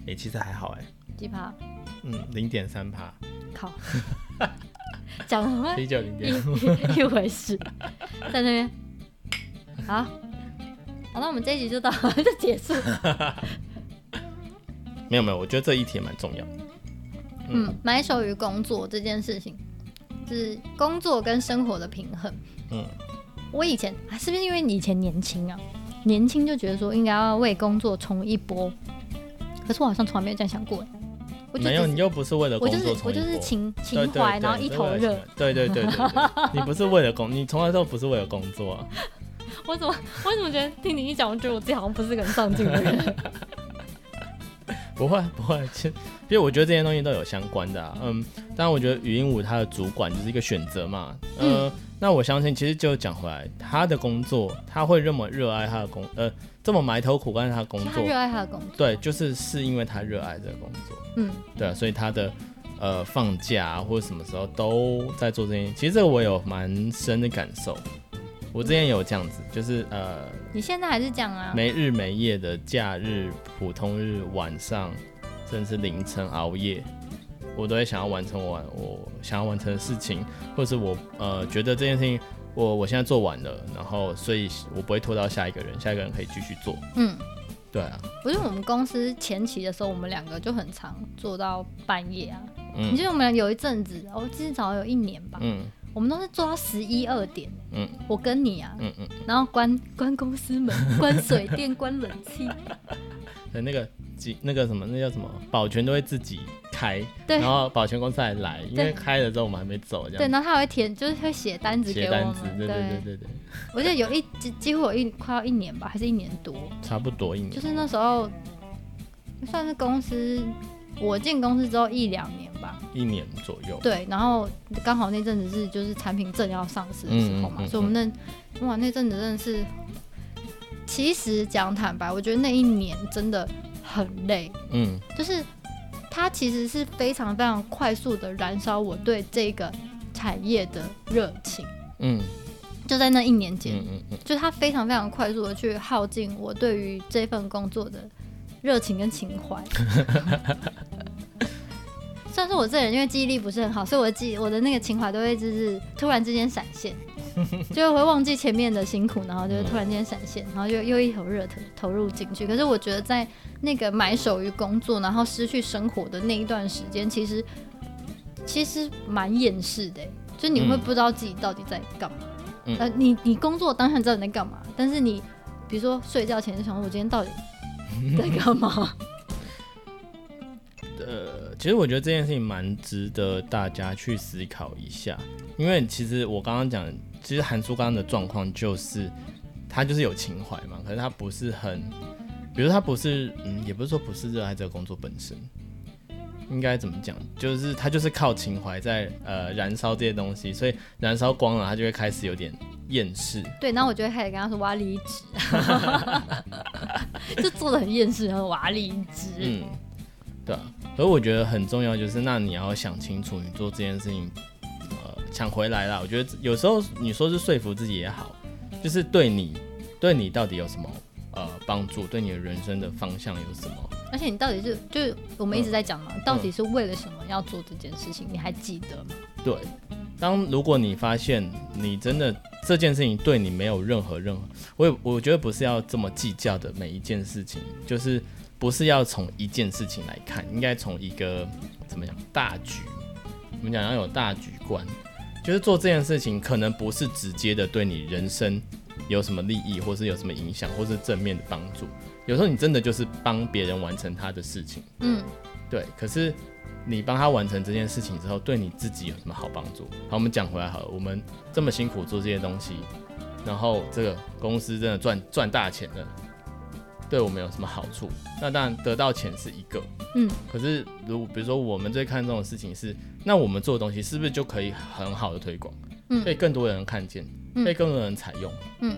[SPEAKER 1] 哎、其实还好哎、
[SPEAKER 2] 几趴？
[SPEAKER 1] 嗯，零点三趴，
[SPEAKER 2] 靠，讲什么
[SPEAKER 1] 啤酒零点，
[SPEAKER 2] 一一回事？在那边，好，好，那我们这一集就到 [LAUGHS] 就结束。
[SPEAKER 1] 没有没有，我觉得这一题也蛮重要的，
[SPEAKER 2] 嗯，埋首于工作这件事情，就是工作跟生活的平衡。
[SPEAKER 1] 嗯，
[SPEAKER 2] 我以前啊，是不是因为你以前年轻啊？年轻就觉得说应该要为工作冲一波，可是我好像从来没有这样想过耶。欸我就
[SPEAKER 1] 没有，
[SPEAKER 2] 只
[SPEAKER 1] 你又不是为了
[SPEAKER 2] 我
[SPEAKER 1] 工
[SPEAKER 2] 就是
[SPEAKER 1] 作从
[SPEAKER 2] 我就
[SPEAKER 1] 一
[SPEAKER 2] 是
[SPEAKER 1] 波
[SPEAKER 2] 情
[SPEAKER 1] 对
[SPEAKER 2] 情
[SPEAKER 1] 对
[SPEAKER 2] 怀，
[SPEAKER 1] 对
[SPEAKER 2] 然后
[SPEAKER 1] 你
[SPEAKER 2] 一
[SPEAKER 1] 是
[SPEAKER 2] 头
[SPEAKER 1] 为了
[SPEAKER 2] 热
[SPEAKER 1] 情。怀对对对对对，你不是为了工，你从来都不是为了工作啊，
[SPEAKER 2] 我怎么我怎么觉得听你一讲，我觉得我自己好像不是个很上进的 [LAUGHS] 人。
[SPEAKER 1] 不会不会，其实因为我觉得这些东西都有相关的啊。嗯，当然我觉得语音舞它的主管就是一个选择嘛。呃、嗯，那我相信其实就讲回来，他的工作他会这么热爱他的工，呃，这么埋头苦干他的工
[SPEAKER 2] 他
[SPEAKER 1] 作
[SPEAKER 2] 热，爱他的工作，
[SPEAKER 1] 对，就是是因为他热爱这个工作，
[SPEAKER 2] 嗯，
[SPEAKER 1] 对啊、所以他的。呃，放假、啊、或者什么时候都在做这件事，其实这个我有蛮深的感受。我之前有这样子，就是呃，
[SPEAKER 2] 你现在还是讲啊，
[SPEAKER 1] 没日没夜的假日、普通日晚上，甚至凌晨熬夜，我都会想要完成我我想要完成的事情，或是我呃觉得这件事情我我现在做完了，然后所以我不会拖到下一个人，下一个人可以继续做。
[SPEAKER 2] 嗯，
[SPEAKER 1] 对啊，
[SPEAKER 2] 不是我们公司前期的时候，我们两个就很常做到半夜啊。你
[SPEAKER 1] 嗯
[SPEAKER 2] 记得我们有一阵子，哦，至少有一年吧，
[SPEAKER 1] 嗯
[SPEAKER 2] 我们都是做到十一二点，
[SPEAKER 1] 嗯
[SPEAKER 2] 我跟你啊，
[SPEAKER 1] 嗯嗯，
[SPEAKER 2] 然后关关公司门、
[SPEAKER 1] [LAUGHS]
[SPEAKER 2] 关水电、关冷气，
[SPEAKER 1] 对那个几那个什么那叫什么保全都会自己开，
[SPEAKER 2] 对
[SPEAKER 1] 然后保全公司还来，因为开了之后我们还没走，这
[SPEAKER 2] 对，
[SPEAKER 1] 样
[SPEAKER 2] 然后他还会填，就是会写单子给
[SPEAKER 1] 写
[SPEAKER 2] 我
[SPEAKER 1] 单子，
[SPEAKER 2] 们，
[SPEAKER 1] 对对对对对，
[SPEAKER 2] 我记得有一几几乎有一快要一年吧，还是一年多，
[SPEAKER 1] 差不多一
[SPEAKER 2] 就
[SPEAKER 1] 年，
[SPEAKER 2] 是那时候算是公司我进公司之后一两年吧，
[SPEAKER 1] 一年左右。
[SPEAKER 2] 对，然后刚好那阵子是就是产品正要上市的时候嘛，
[SPEAKER 1] 嗯嗯嗯
[SPEAKER 2] 所以我们那哇那阵子真的是，其实讲坦白，我觉得那一年真的很累，
[SPEAKER 1] 嗯
[SPEAKER 2] 就是它其实是非常非常快速的燃烧我对这个产业的热情，
[SPEAKER 1] 嗯
[SPEAKER 2] 就在那一年间，
[SPEAKER 1] 嗯嗯嗯，
[SPEAKER 2] 就它非常非常快速的去耗尽我对于这份工作的热情跟情怀。
[SPEAKER 1] [LAUGHS]
[SPEAKER 2] 虽然说我这人因为记忆力不是很好，所以我的记我的那个情怀都会就是突然之间闪现，就会忘记前面的辛苦，然后就会突然间闪现，然后又又一头热投投入进去。可是我觉得在那个埋首于工作，然后失去生活的那一段时间，其实其实蛮厌世的欸，就你会
[SPEAKER 1] 嗯
[SPEAKER 2] 不知道自己到底在干嘛。
[SPEAKER 1] 嗯
[SPEAKER 2] 呃，你你工作当然知道你在干嘛，但是你比如说睡觉前就想说我今天到底在干嘛？
[SPEAKER 1] 呃，其实我觉得这件事情蛮值得大家去思考一下，因为其实我刚刚讲，其实韩叔刚刚的状况就是他就是有情怀嘛，可是他不是很，比如他不是，嗯，也不是说不是热爱这个工作本身，应该怎么讲，就是他就是靠情怀在呃燃烧这些东西，所以燃烧光了，他就会开始有点厌世，
[SPEAKER 2] 对，然后我就会开始跟他说我要离职， [LAUGHS] 就做的很厌世，然后我要离职。
[SPEAKER 1] 嗯，对啊。所以我觉得很重要就是，那你要想清楚，你做这件事情，呃，抢回来啦。我觉得有时候你说是说服自己也好，就是对你对你到底有什么呃帮助，对你的人生的方向有什么？
[SPEAKER 2] 而且你到底是就是我们一
[SPEAKER 1] 嗯
[SPEAKER 2] 直在讲嘛，到底是为了什么要做这件事情？你还记得吗？
[SPEAKER 1] 对，当如果你发现你真的这件事情对你没有任何任何，我也我觉得不是要这么计较的每一件事情，就是不是要从一件事情来看，应该从一个怎么讲大局，我们讲要有大局观，就是做这件事情可能不是直接的对你人生有什么利益，或是有什么影响，或是正面的帮助，有时候你真的就是帮别人完成他的事情。
[SPEAKER 2] 嗯，
[SPEAKER 1] 对，可是你帮他完成这件事情之后，对你自己有什么好帮助？好，我们讲回来好了，我们这么辛苦做这些东西，然后这个公司真的赚赚大钱了，对我们有什么好处？那当然得到钱是一个，
[SPEAKER 2] 嗯，
[SPEAKER 1] 可是如比如说我们最看重的事情是，那我们做的东西是不是就可以很好的推广，
[SPEAKER 2] 嗯
[SPEAKER 1] 被更多人看见，
[SPEAKER 2] 嗯
[SPEAKER 1] 被更多人采用，
[SPEAKER 2] 嗯。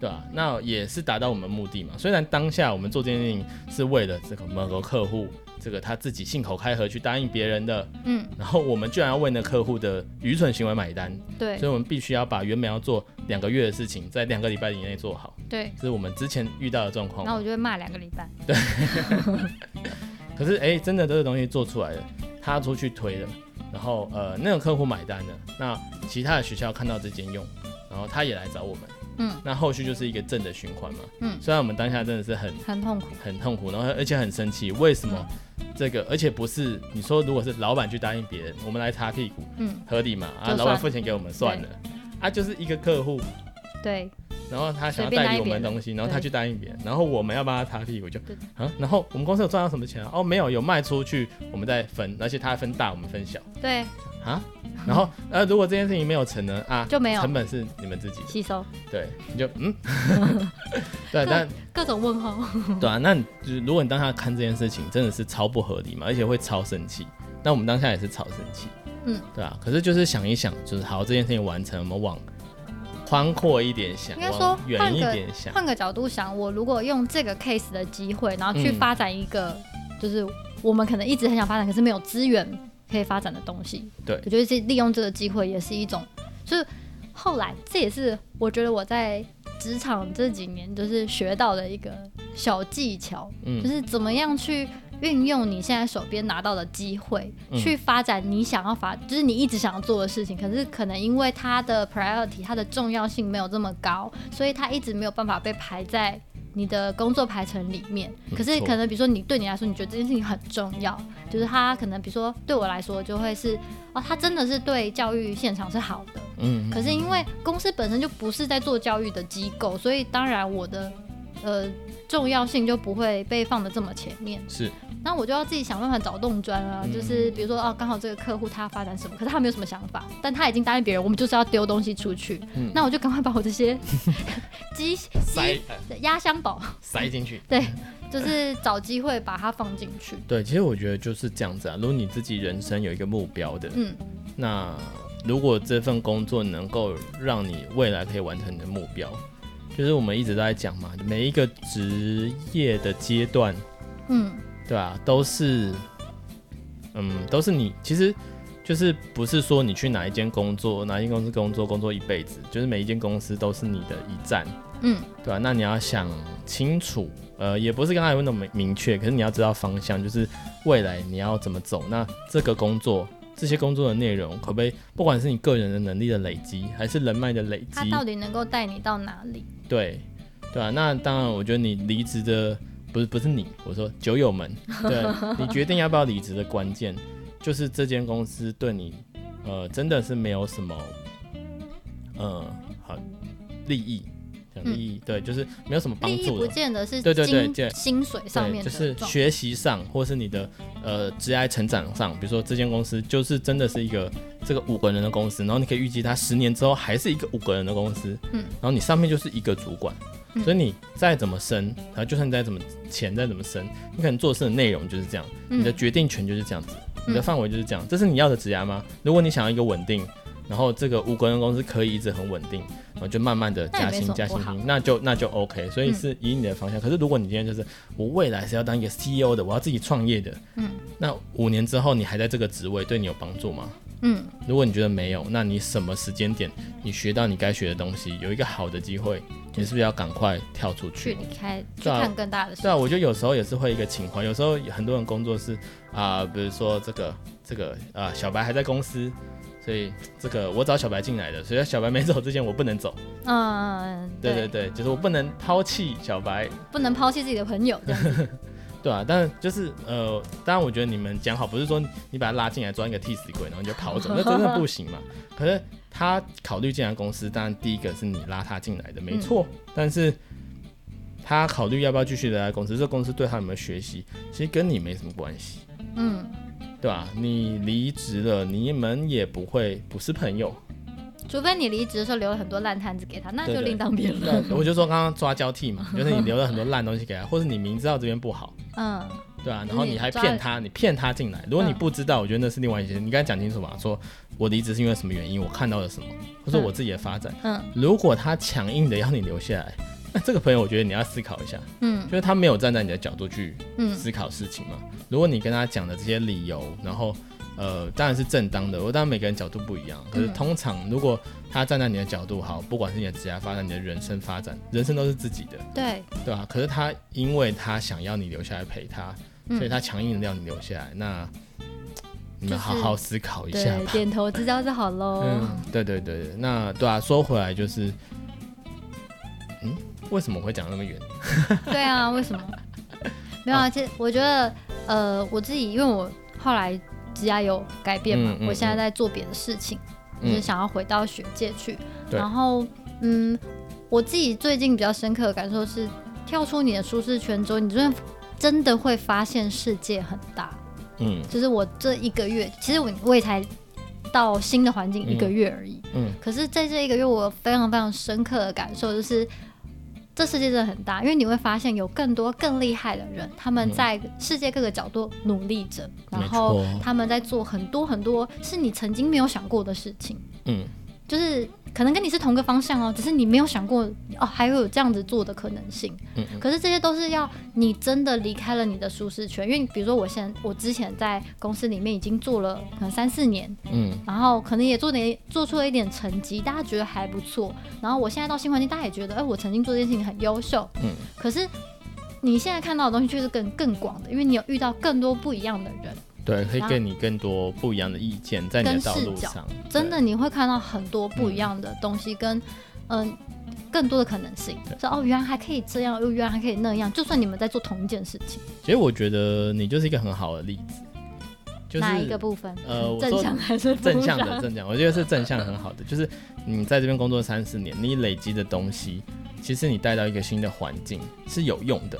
[SPEAKER 1] 对啊，那也是达到我们目的嘛。虽然当下我们做这件事情是为了这个某个客户，这个他自己信口开河去答应别人的，
[SPEAKER 2] 嗯，
[SPEAKER 1] 然后我们居然要为那客户的愚蠢行为买单，
[SPEAKER 2] 对
[SPEAKER 1] 所以我们必须要把原本要做两个月的事情，在两个礼拜以内做好，
[SPEAKER 2] 对。
[SPEAKER 1] 这是我们之前遇到的状况
[SPEAKER 2] 然。后我就会骂两个礼拜。
[SPEAKER 1] 可是哎、诶真的这个东西做出来了，他出去推了，然后呃那个客户买单了，那其他的学校看到这间用，然后他也来找我们，
[SPEAKER 2] 嗯，
[SPEAKER 1] 那后续就是一个正的循环嘛。
[SPEAKER 2] 嗯
[SPEAKER 1] 虽然我们当下真的是很
[SPEAKER 2] 很痛苦，
[SPEAKER 1] 很痛苦，然后而且很生气，为什
[SPEAKER 2] 嗯
[SPEAKER 1] 么？这个而且不是你说，如果是老板去答应别人，我们来擦屁股，
[SPEAKER 2] 嗯，
[SPEAKER 1] 合理嘛？啊，
[SPEAKER 2] 就算
[SPEAKER 1] 老板付钱给我们算了，啊，就是一个客户，
[SPEAKER 2] 对
[SPEAKER 1] 然后他想要
[SPEAKER 2] 随便
[SPEAKER 1] 代
[SPEAKER 2] 答
[SPEAKER 1] 理
[SPEAKER 2] 应
[SPEAKER 1] 我
[SPEAKER 2] 别
[SPEAKER 1] 们
[SPEAKER 2] 人
[SPEAKER 1] 东西，然后他
[SPEAKER 2] 对
[SPEAKER 1] 去答应别人，然后我们要帮他擦屁股就
[SPEAKER 2] 对
[SPEAKER 1] 啊，然后我们公司有赚到什么钱啊？哦，没有，有卖出去，我们再分，而且他分大，我们分小
[SPEAKER 2] 对，
[SPEAKER 1] 啊。然
[SPEAKER 2] [LAUGHS]
[SPEAKER 1] 后呃，如果这件事情没有成呢啊，
[SPEAKER 2] 就没有
[SPEAKER 1] 成本是你们自己的，
[SPEAKER 2] 吸收
[SPEAKER 1] 对，你就
[SPEAKER 2] [LAUGHS]
[SPEAKER 1] 嗯，对，但
[SPEAKER 2] 各种问候。
[SPEAKER 1] 对啊，那你就是如果你当下看这件事情，真的是超不合理嘛，而且会超生气。那我们当下也是超生气，
[SPEAKER 2] 嗯，
[SPEAKER 1] 对啊。可是就是想一想，就是好这件事情完成，我们往宽阔一点想，
[SPEAKER 2] 应该说
[SPEAKER 1] 往
[SPEAKER 2] 换
[SPEAKER 1] 远一
[SPEAKER 2] 个
[SPEAKER 1] 点想，
[SPEAKER 2] 换个角度想，我如果用这个 case 的机会，然后去
[SPEAKER 1] 嗯
[SPEAKER 2] 发展一个，就是我们可能一直很想发展，可是没有资源可以发展的东西。
[SPEAKER 1] 对
[SPEAKER 2] 我觉得是利用这个机会也是一种，就是后来这也是我觉得我在职场这几年就是学到的一个小技巧，就
[SPEAKER 1] 嗯
[SPEAKER 2] 是怎么样去运用你现在手边拿到的机会，
[SPEAKER 1] 嗯
[SPEAKER 2] 去发展你想要发，就是你一直想要做的事情。可是可能因为它的 priority，它的重要性没有这么高，所以它一直没有办法被排在你的工作排程里面。
[SPEAKER 1] 没
[SPEAKER 2] 可是
[SPEAKER 1] 错
[SPEAKER 2] 可能比如说你对你来说，你觉得这件事情很重要，就是它可能比如说对我来说就会是哦，它真的是对教育现场是好的。
[SPEAKER 1] 嗯，
[SPEAKER 2] 可是因为公司本身就不是在做教育的机构，所以当然我的呃重要性就不会被放的这么前面。
[SPEAKER 1] 是
[SPEAKER 2] 那我就要自己想办法找洞砖啊，
[SPEAKER 1] 嗯
[SPEAKER 2] 就是比如说哦，刚好这个客户他要发展什么，可是他没有什么想法，但他已经答应别人，我们就是要丢东西出去，
[SPEAKER 1] 嗯
[SPEAKER 2] 那我就赶快把我这
[SPEAKER 1] [LAUGHS]
[SPEAKER 2] 些鸡
[SPEAKER 1] 塞呃
[SPEAKER 2] 鸡压箱宝，
[SPEAKER 1] 塞进去。
[SPEAKER 2] 就是找机会把它放进去。
[SPEAKER 1] 对，其实我觉得就是这样子啊。如果你自己人生有一个目标的，
[SPEAKER 2] 嗯，
[SPEAKER 1] 那如果这份工作能够让你未来可以完成你的目标，就是我们一直都在讲嘛，每一个职业的阶段，
[SPEAKER 2] 嗯，
[SPEAKER 1] 对啊，都是，嗯，都是你，其实就是不是说你去哪一间工作，哪一间公司工作，工作一辈子，就是每一间公司都是你的一站，
[SPEAKER 2] 嗯，
[SPEAKER 1] 对啊，那你要想清楚，呃，也不是刚才问那么明确，可是你要知道方向，就是未来你要怎么走，那这个工作这些工作的内容，可不可以，不管是你个人的能力的累积，还是人脉的累
[SPEAKER 2] 他
[SPEAKER 1] 积，
[SPEAKER 2] 到底能够带你到哪里？
[SPEAKER 1] 对，对啊，那当然，我觉得你离职的不是不是你，我说酒友
[SPEAKER 2] [LAUGHS]
[SPEAKER 1] 们，对你决定要不要离职的关键，就是这间公司对你，呃，真的是没有什么，呃，好利益，讲利益，对，就是没有什么帮
[SPEAKER 2] 嗯利益
[SPEAKER 1] 助
[SPEAKER 2] 不
[SPEAKER 1] 的。
[SPEAKER 2] 见得是
[SPEAKER 1] 对对对
[SPEAKER 2] 金
[SPEAKER 1] 对
[SPEAKER 2] 薪水上
[SPEAKER 1] 对，
[SPEAKER 2] 面
[SPEAKER 1] 就
[SPEAKER 2] 的
[SPEAKER 1] 是
[SPEAKER 2] 状
[SPEAKER 1] 学习上，或是你的呃职业成长上，比如说这间公司就是真的是一个这个五个人的公司，然后你可以预计它十年之后还是一个五个人的公司，
[SPEAKER 2] 嗯
[SPEAKER 1] 然后你上面就是一个主管，
[SPEAKER 2] 嗯
[SPEAKER 1] 所以你再怎么升，然后就算你再怎么钱再怎么升，你可能做事的内容就是这样，
[SPEAKER 2] 嗯
[SPEAKER 1] 你的决定权就是这样子，你的
[SPEAKER 2] 嗯
[SPEAKER 1] 范围就是这样，这是你要的职涯吗？如果你想要一个稳定。然后这个五个人公司可以一直很稳定，然后就慢慢的
[SPEAKER 2] 那也
[SPEAKER 1] 加
[SPEAKER 2] 没
[SPEAKER 1] 薪
[SPEAKER 2] 什么
[SPEAKER 1] 加薪
[SPEAKER 2] 不好
[SPEAKER 1] 薪，那就那就 OK。所以
[SPEAKER 2] 嗯
[SPEAKER 1] 是以你的方向。可是如果你今天就是我未来是要当一个 CEO 的，我要自己创业的，
[SPEAKER 2] 嗯，
[SPEAKER 1] 那五年之后你还在这个职位，对你有帮助吗？
[SPEAKER 2] 嗯，
[SPEAKER 1] 如果你觉得没有，那你什么时间点你学到你该学的东西，有一个好的机会，你是不是要赶快跳出去？
[SPEAKER 2] 去离开，去
[SPEAKER 1] 对啊
[SPEAKER 2] 看更大的世
[SPEAKER 1] 对啊，
[SPEAKER 2] 界。
[SPEAKER 1] 我觉得有时候也是会一个情况，有时候很多人工作是啊、比如说这个这个啊、小白还在公司，所以这个我找小白进来的，所以在小白没走之前我不能走，
[SPEAKER 2] 嗯，
[SPEAKER 1] 对对对，就是我不能抛弃小白，
[SPEAKER 2] 不能抛弃自己的朋友，这样
[SPEAKER 1] [LAUGHS]
[SPEAKER 2] 子
[SPEAKER 1] 对啊，但就是呃，当然我觉得你们讲好，不是说你把他拉进来装一个替死鬼，然后你就跑走，那真的不行嘛。可是他考虑进来公司，当然第一个是你拉他进来的，没错。但是他考虑要不要继续留在公司，这公司对他有没有学习，其实跟你没什么关系，
[SPEAKER 2] 嗯，
[SPEAKER 1] 对吧、你离职了，你们也不会不是朋友。
[SPEAKER 2] 除非你离职的时候留了很多烂摊子给他，那
[SPEAKER 1] 对
[SPEAKER 2] 就
[SPEAKER 1] 对
[SPEAKER 2] 另当别论。
[SPEAKER 1] 那我就说刚刚抓交替嘛，就是你留了很多烂东西给他，或者你明知道这边不好。
[SPEAKER 2] 嗯，
[SPEAKER 1] 对啊，
[SPEAKER 2] 就是
[SPEAKER 1] 然后
[SPEAKER 2] 你
[SPEAKER 1] 你还
[SPEAKER 2] 抓
[SPEAKER 1] 骗
[SPEAKER 2] 了
[SPEAKER 1] 他，你骗他进来。如果你
[SPEAKER 2] 嗯
[SPEAKER 1] 不知道，我觉得那是另外一件事。你刚才讲清楚嘛，说我离职是因为什么原因，我看到了什么，或者
[SPEAKER 2] 嗯
[SPEAKER 1] 我自己的发展。
[SPEAKER 2] 嗯
[SPEAKER 1] 如果他强硬的要你留下来，那这个朋友我觉得你要思考一下，
[SPEAKER 2] 嗯
[SPEAKER 1] 就是他没有站在你的角度去
[SPEAKER 2] 嗯
[SPEAKER 1] 思考事情嘛。如果你跟他讲的这些理由，然后呃，当然是正当的，我当然每个人角度不一样。可是
[SPEAKER 2] 嗯
[SPEAKER 1] 通常如果他站在你的角度好，不管是你的职业发展、你的人生发展，人生都是自己的，
[SPEAKER 2] 对，
[SPEAKER 1] 对啊，可是他因为他想要你留下来陪他，
[SPEAKER 2] 嗯
[SPEAKER 1] 所以他强硬的要你留下来。那你
[SPEAKER 2] 就
[SPEAKER 1] 们
[SPEAKER 2] 是
[SPEAKER 1] 好好思考一下
[SPEAKER 2] 对，
[SPEAKER 1] 吧。
[SPEAKER 2] 点头之交就好
[SPEAKER 1] [LAUGHS]
[SPEAKER 2] 喽。
[SPEAKER 1] 嗯，对对对对，那对啊，说回来就是，嗯，为什么会讲那么远？
[SPEAKER 2] 对啊，
[SPEAKER 1] [LAUGHS]
[SPEAKER 2] 为什么？没有啊，其实我觉得，呃，我自己因为我后来职涯有改变嘛，
[SPEAKER 1] 嗯嗯
[SPEAKER 2] 我现在在做别的事情，
[SPEAKER 1] 嗯
[SPEAKER 2] 就是想要回到学界去。
[SPEAKER 1] 对
[SPEAKER 2] 然后，嗯，我自己最近比较深刻的感受是，跳出你的舒适圈之后，你真的真的会发现世界很大。
[SPEAKER 1] 嗯
[SPEAKER 2] 就是我这一个月，其实我我也才到新的环境一个月而已。
[SPEAKER 1] 嗯
[SPEAKER 2] 可是在这一个月，我有非常非常深刻的感受就是，这世界真的很大，因为你会发现有更多更厉害的人，他们
[SPEAKER 1] 嗯
[SPEAKER 2] 在世界各个角度努力着，
[SPEAKER 1] 没
[SPEAKER 2] 然后
[SPEAKER 1] 错
[SPEAKER 2] 他们在做很多很多是你曾经没有想过的事情，
[SPEAKER 1] 嗯，
[SPEAKER 2] 就是可能跟你是同个方向哦，只是你没有想过哦，还会有这样子做的可能性。
[SPEAKER 1] 嗯嗯
[SPEAKER 2] 可是这些都是要你真的离开了你的舒适圈，因为比如说我现在我之前在公司里面已经做了可能三四年，
[SPEAKER 1] 嗯
[SPEAKER 2] 然后可能也做点做出了一点成绩，大家觉得还不错。然后我现在到新环境，大家也觉得，哎、我曾经做这件事情很优秀。
[SPEAKER 1] 嗯，
[SPEAKER 2] 可是你现在看到的东西却是更更广的，因为你有遇到更多不一样的人，
[SPEAKER 1] 对，可以
[SPEAKER 2] 然后
[SPEAKER 1] 给你更多不一样的意见，在你的
[SPEAKER 2] 跟
[SPEAKER 1] 道
[SPEAKER 2] 视
[SPEAKER 1] 路
[SPEAKER 2] 角
[SPEAKER 1] 上，
[SPEAKER 2] 真的
[SPEAKER 1] 对，
[SPEAKER 2] 你会看到很多不一样的东西跟，嗯。更多的可能性，
[SPEAKER 1] 对
[SPEAKER 2] 说哦，原来还可以这样，哦，原来还可以那样。就算你们在做同一件事情，
[SPEAKER 1] 其实我觉得你就是一个很好的例子，就是
[SPEAKER 2] 哪一个部分？
[SPEAKER 1] 呃，我
[SPEAKER 2] 正
[SPEAKER 1] 说
[SPEAKER 2] 向还是不
[SPEAKER 1] [LAUGHS]
[SPEAKER 2] 啊
[SPEAKER 1] 正向的
[SPEAKER 2] 上
[SPEAKER 1] 正向，我觉得是正向很好的，就是你在这边工作三四年，你累积的东西，其实你带到一个新的环境是有用的。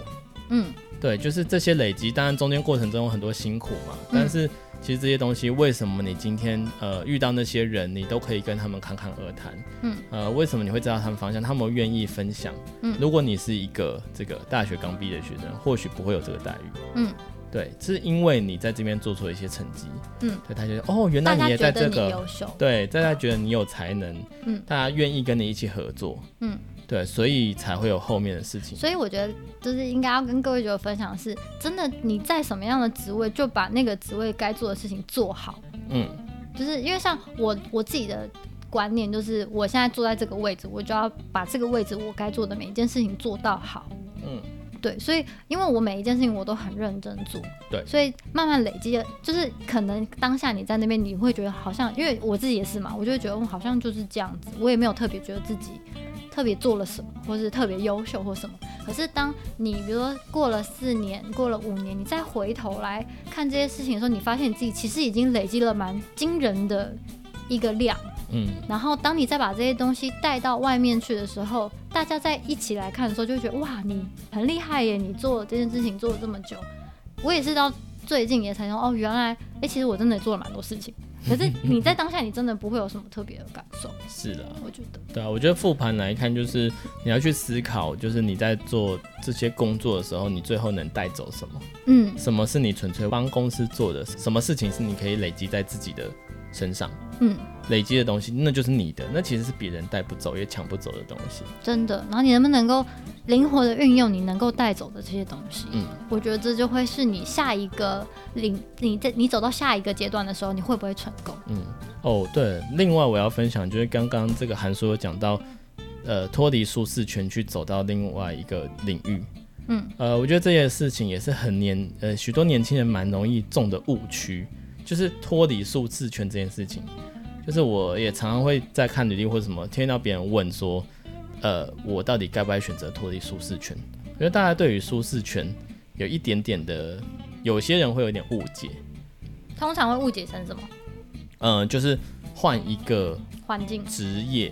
[SPEAKER 2] 嗯
[SPEAKER 1] 对，就是这些累积，当然中间过程中有很多辛苦嘛，
[SPEAKER 2] 嗯
[SPEAKER 1] 但是其实这些东西，为什么你今天呃遇到那些人，你都可以跟他们侃侃而谈，
[SPEAKER 2] 嗯，
[SPEAKER 1] 呃，为什么你会知道他们方向，他们愿意分享，
[SPEAKER 2] 嗯
[SPEAKER 1] 如果你是一个这个大学刚毕业的学生，或许不会有这个待遇，
[SPEAKER 2] 嗯，
[SPEAKER 1] 对，是因为你在这边做出了一些成绩，
[SPEAKER 2] 嗯，
[SPEAKER 1] 对，他觉得哦，原来
[SPEAKER 2] 大
[SPEAKER 1] 你
[SPEAKER 2] 家
[SPEAKER 1] 也
[SPEAKER 2] 觉
[SPEAKER 1] 在
[SPEAKER 2] 得
[SPEAKER 1] 这
[SPEAKER 2] 你
[SPEAKER 1] 个，
[SPEAKER 2] 优秀，
[SPEAKER 1] 对，大家觉得你有才能，
[SPEAKER 2] 嗯
[SPEAKER 1] 大家愿意跟你一起合作，
[SPEAKER 2] 嗯，
[SPEAKER 1] 对，所以才会有后面的事情。
[SPEAKER 2] 所以我觉得就是应该要跟各位酒友分享的是，真的你在什么样的职位，就把那个职位该做的事情做好。
[SPEAKER 1] 嗯，
[SPEAKER 2] 就是因为像我我自己的观念，就是我现在坐在这个位置，我就要把这个位置我该做的每一件事情做到好。
[SPEAKER 1] 嗯，
[SPEAKER 2] 对，所以因为我每一件事情我都很认真做，
[SPEAKER 1] 对
[SPEAKER 2] 所以慢慢累积的，就是可能当下你在那边你会觉得好像，因为我自己也是嘛，我就会觉得嗯我好像就是这样子，我也没有特别觉得自己特别做了什么，或是特别优秀或什么。可是当你比如说过了四年，过了五年，你再回头来看这些事情的时候，你发现你自己其实已经累积了蛮惊人的一个量。
[SPEAKER 1] 嗯，
[SPEAKER 2] 然后当你再把这些东西带到外面去的时候，大家在一起来看的时候，就会觉得哇，你很厉害耶！你做这件事情做了这么久，我也是到最近也才说哦，原来哎、诶其实我真的做了蛮多事情。可是你在当下，你真的不会有什么特别的感受，
[SPEAKER 1] 是啦，
[SPEAKER 2] 我觉得。
[SPEAKER 1] 对啊，我觉得复盘来看，就是你要去思考，就是你在做这些工作的时候，你最后能带走什么？
[SPEAKER 2] 嗯
[SPEAKER 1] 什么是你纯粹帮公司做的？什么事情是你可以累积在自己的身上？
[SPEAKER 2] 嗯，
[SPEAKER 1] 累积的东西，那就是你的，那其实是别人带不走也抢不走的东西。
[SPEAKER 2] 真的。然后你能不能够灵活的运用你能够带走的这些东西？
[SPEAKER 1] 嗯，
[SPEAKER 2] 我觉得这就会是你下一个领，你在你走到下一个阶段的时候，你会不会成功？
[SPEAKER 1] 嗯，哦，对，另外我要分享就是刚刚这个韩叔有讲到，呃，脱离舒适圈去走到另外一个领域。
[SPEAKER 2] 嗯，
[SPEAKER 1] 呃，我觉得这件事情也是很年呃许多年轻人蛮容易中的误区，就是脱离舒适圈这件事情。就是我也常常会在看履历或者什么，听到别人问说，呃，我到底该不该选择脱离舒适圈？我觉得大家对于舒适圈有一点点的，有些人会有点误解，
[SPEAKER 2] 通常会误解成什么
[SPEAKER 1] 嗯、就是换一个
[SPEAKER 2] 环境？
[SPEAKER 1] 职业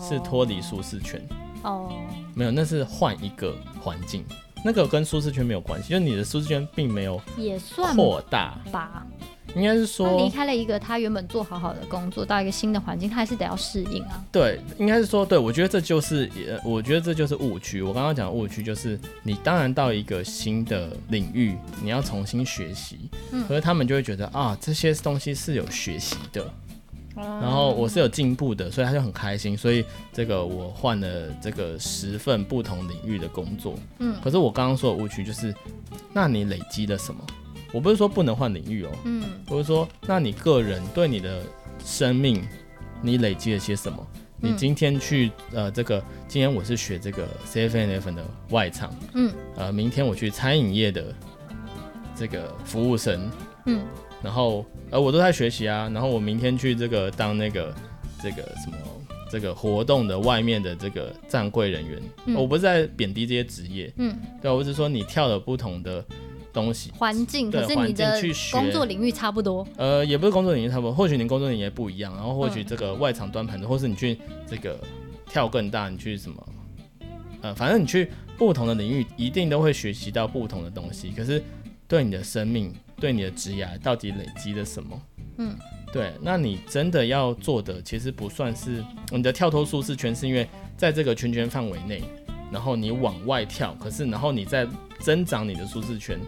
[SPEAKER 1] 是脱离舒适圈，
[SPEAKER 2] 哦，
[SPEAKER 1] 没有，那是换一个环境，那个跟舒适圈没有关系，就是你的舒适圈并没有
[SPEAKER 2] 也算
[SPEAKER 1] 扩大，
[SPEAKER 2] 吧。
[SPEAKER 1] 应该是
[SPEAKER 2] 他离
[SPEAKER 1] 说
[SPEAKER 2] 开了一个他原本做好好的工作，到一个新的环境，他还是得要适应啊。
[SPEAKER 1] 对，应该是说对，我觉得这就是，呃，我觉得这就是误区。我刚刚讲的误区就是，你当然到一个新的领域，你要重新学习，
[SPEAKER 2] 嗯
[SPEAKER 1] 可是他们就会觉得啊，这些东西是有学习的，
[SPEAKER 2] 嗯
[SPEAKER 1] 然后我是有进步的，所以他就很开心。所以这个我换了这个十份不同领域的工作，
[SPEAKER 2] 嗯
[SPEAKER 1] 可是我刚刚说的误区就是，那你累积了什么？我不是说不能换领域哦，
[SPEAKER 2] 嗯
[SPEAKER 1] 我是说，那你个人对你的生命，你累积了些什么？你
[SPEAKER 2] 嗯
[SPEAKER 1] 今天去呃，这个今天我是学这个 CFNF 的外场，
[SPEAKER 2] 嗯
[SPEAKER 1] 呃，明天我去餐饮业的这个服务生，
[SPEAKER 2] 嗯，
[SPEAKER 1] 然后呃我都在学习啊，然后我明天去这个当那个这个什么这个活动的外面的这个站柜人员，
[SPEAKER 2] 嗯
[SPEAKER 1] 我不是在贬低这些职业，
[SPEAKER 2] 嗯，
[SPEAKER 1] 对啊，我只是说你跳了不同的东西，
[SPEAKER 2] 环境
[SPEAKER 1] 对
[SPEAKER 2] 可是你的
[SPEAKER 1] 环境去学
[SPEAKER 2] 工作领域差不多。
[SPEAKER 1] 呃，也不是工作领域差不多，或许你工作领域也不一样，然后或许这个外场端盘子，或是你去这个跳更大，你去什么，呃，反正你去不同的领域，一定都会学习到不同的东西。可是对你的生命，对你的职涯，到底累积了什么？
[SPEAKER 2] 嗯，
[SPEAKER 1] 对，那你真的要做的，其实不算是你的跳脱舒适圈，是因为在这个圈圈范围内，然后你往外跳，可是然后你再增长你的舒适圈，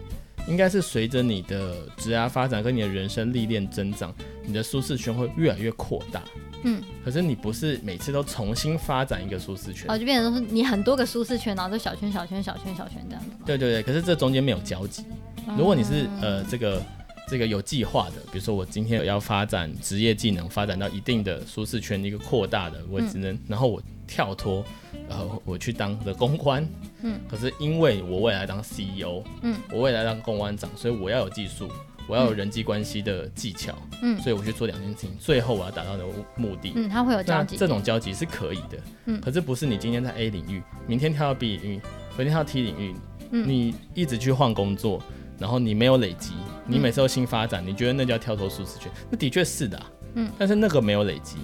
[SPEAKER 1] 应该是随着你的职涯发展跟你的人生历练增长，你的舒适圈会越来越扩大。
[SPEAKER 2] 嗯，
[SPEAKER 1] 可是你不是每次都重新发展一个舒适圈，
[SPEAKER 2] 然后就变成说你很多个舒适圈，然后就小圈小圈小圈小圈这样子。
[SPEAKER 1] 对对对，可是这中间没有交集。
[SPEAKER 2] 哦
[SPEAKER 1] 如果你是呃这个这个有计划的，比如说我今天有要发展职业技能，发展到一定的舒适圈，一个扩大的，我只能、
[SPEAKER 2] 嗯
[SPEAKER 1] 然后我跳脱，呃，我去当的公关，
[SPEAKER 2] 嗯，
[SPEAKER 1] 可是因为我未来当 CEO，
[SPEAKER 2] 嗯，
[SPEAKER 1] 我未来当公关长，所以我要有技术。我要有人际关系的技巧，
[SPEAKER 2] 嗯
[SPEAKER 1] 所以我去做两件事情，最后我要达到的目的，
[SPEAKER 2] 嗯，他会有交
[SPEAKER 1] 那
[SPEAKER 2] 集。
[SPEAKER 1] 这种交集是可以的，
[SPEAKER 2] 嗯
[SPEAKER 1] 可是不是你今天在 A 领域，明天跳到 B 领域，后天跳到 T 领域，
[SPEAKER 2] 嗯
[SPEAKER 1] 你一直去换工作，然后你没有累积，你每次都新发展，你觉得那叫跳脱舒适圈？那的确是的、啊，
[SPEAKER 2] 嗯，
[SPEAKER 1] 但是那个没有累积，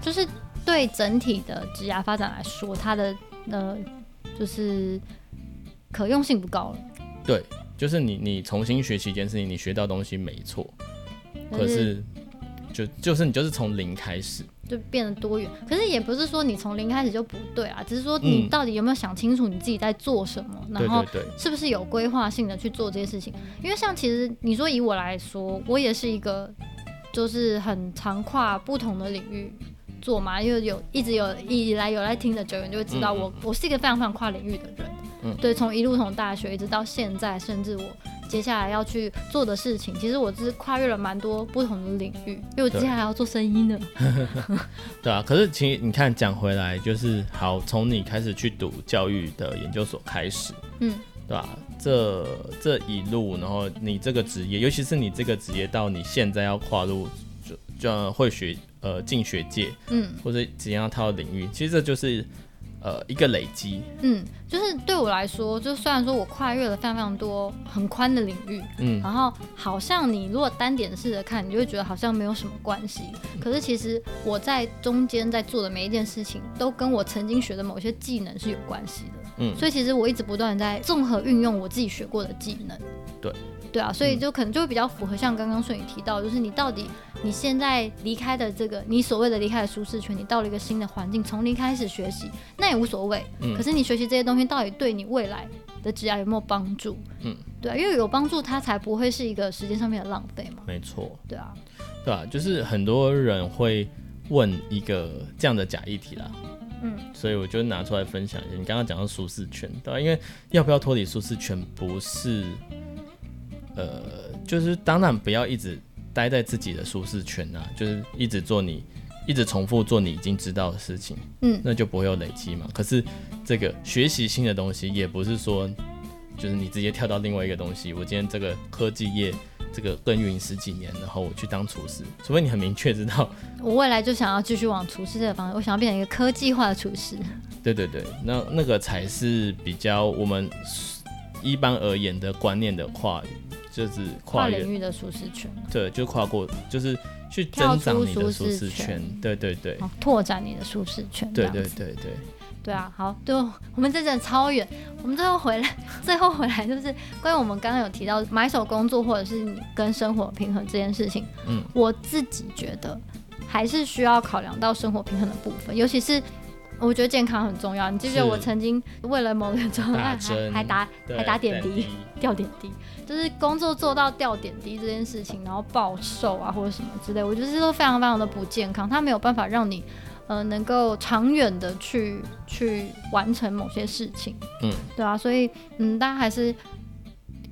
[SPEAKER 2] 就是对整体的职涯发展来说，它的呃就是可用性不高了。
[SPEAKER 1] 就是你你重新学习一件事情，你学到东西没错，
[SPEAKER 2] 但
[SPEAKER 1] 可是就就是你就是从零开始，
[SPEAKER 2] 就变得多元。可是也不是说你从零开始就不对啊，只是说你
[SPEAKER 1] 嗯
[SPEAKER 2] 到底有没有想清楚你自己在做什么，
[SPEAKER 1] 对
[SPEAKER 2] 然后
[SPEAKER 1] 对对，
[SPEAKER 2] 是不是有规划性的去做这些事情。因为像其实你说以我来说，我也是一个就是很常跨不同的领域。做嘛，因为有一直有以来有在听的久远就会知道
[SPEAKER 1] 嗯嗯
[SPEAKER 2] 我，我是一个非常非常跨领域的人，
[SPEAKER 1] 嗯
[SPEAKER 2] 对，从一路从大学一直到现在，甚至我接下来要去做的事情，其实我是跨越了蛮多不同的领域，因为我接
[SPEAKER 1] 对
[SPEAKER 2] 下来要做生意呢，
[SPEAKER 1] 对啊。可是其实你看讲回来，就是好从你开始去读教育的研究所开始，
[SPEAKER 2] 嗯
[SPEAKER 1] 对吧、啊这这一路，然后你这个职业，尤其是你这个职业到你现在要跨入就就会学呃进学界
[SPEAKER 2] 嗯
[SPEAKER 1] 或者即将要踏入领域，其实这就是呃一个累积，
[SPEAKER 2] 嗯，就是对我来说，就虽然说我跨越了非常非常多很宽的领域，
[SPEAKER 1] 嗯
[SPEAKER 2] 然后好像你如果单点式的看，你就会觉得好像没有什么关系。
[SPEAKER 1] 嗯
[SPEAKER 2] 可是其实我在中间在做的每一件事情，都跟我曾经学的某些技能是有关系的。
[SPEAKER 1] 嗯
[SPEAKER 2] 所以其实我一直不断的在综合运用我自己学过的技能。
[SPEAKER 1] 对。嗯
[SPEAKER 2] 对啊，所以就可能就会比较符合像刚刚顺宇提到，就是你到底你现在离开的这个你所谓的离开的舒适圈，你到了一个新的环境，从零开始学习，那也无所谓。
[SPEAKER 1] 嗯
[SPEAKER 2] 可是你学习这些东西到底对你未来的职业有没有帮助？
[SPEAKER 1] 嗯，
[SPEAKER 2] 对、啊，因为有帮助，它才不会是一个时间上面的浪费嘛。
[SPEAKER 1] 没错，
[SPEAKER 2] 对啊，
[SPEAKER 1] 对吧、就是很多人会问一个这样的假议题啦，
[SPEAKER 2] 嗯，
[SPEAKER 1] 所以我就拿出来分享一下。你刚刚讲到舒适圈，对吧？因为要不要脱离舒适圈，不是，呃，就是当然不要一直待在自己的舒适圈啊，就是一直做你，一直重复做你已经知道的事情，
[SPEAKER 2] 嗯
[SPEAKER 1] 那就不会有累积嘛。可是这个学习新的东西，也不是说就是你直接跳到另外一个东西，我今天这个科技业。这个耕耘十几年，然后我去当厨师，除非你很明确知道
[SPEAKER 2] 我未来就想要继续往厨师这个方向，我想要变成一个科技化的厨师。
[SPEAKER 1] 对对对，那那个才是比较我们一般而言的观念的跨，就是
[SPEAKER 2] 跨
[SPEAKER 1] 跨越，
[SPEAKER 2] 领域的舒适圈，
[SPEAKER 1] 对，就跨过，就是去增长你的舒适
[SPEAKER 2] 跳出舒适
[SPEAKER 1] 圈
[SPEAKER 2] 圈。
[SPEAKER 1] 对对对，
[SPEAKER 2] 好拓展你的舒适圈。这
[SPEAKER 1] 对
[SPEAKER 2] 样
[SPEAKER 1] 对对对，
[SPEAKER 2] 对啊，好，就我们这真的超远，我们最后回来， [LAUGHS] 最后回来就是关于我们刚刚有提到买手工作或者是你跟生活平衡这件事情，
[SPEAKER 1] 嗯，
[SPEAKER 2] 我自己觉得还是需要考量到生活平衡的部分，尤其是我觉得健康很重要。你记不记得
[SPEAKER 1] 是
[SPEAKER 2] 我曾经为了某个专
[SPEAKER 1] 打
[SPEAKER 2] 案还
[SPEAKER 1] 针
[SPEAKER 2] 还打
[SPEAKER 1] 对
[SPEAKER 2] 还打点滴
[SPEAKER 1] 滴，
[SPEAKER 2] 掉点滴，就是工作做到掉点滴这件事情，然后暴瘦啊或者什么之类，我觉得这都非常非常的不健康，它没有办法让你呃能够长远的去去完成某些事情，
[SPEAKER 1] 嗯，
[SPEAKER 2] 对啊，所以嗯，大家还是。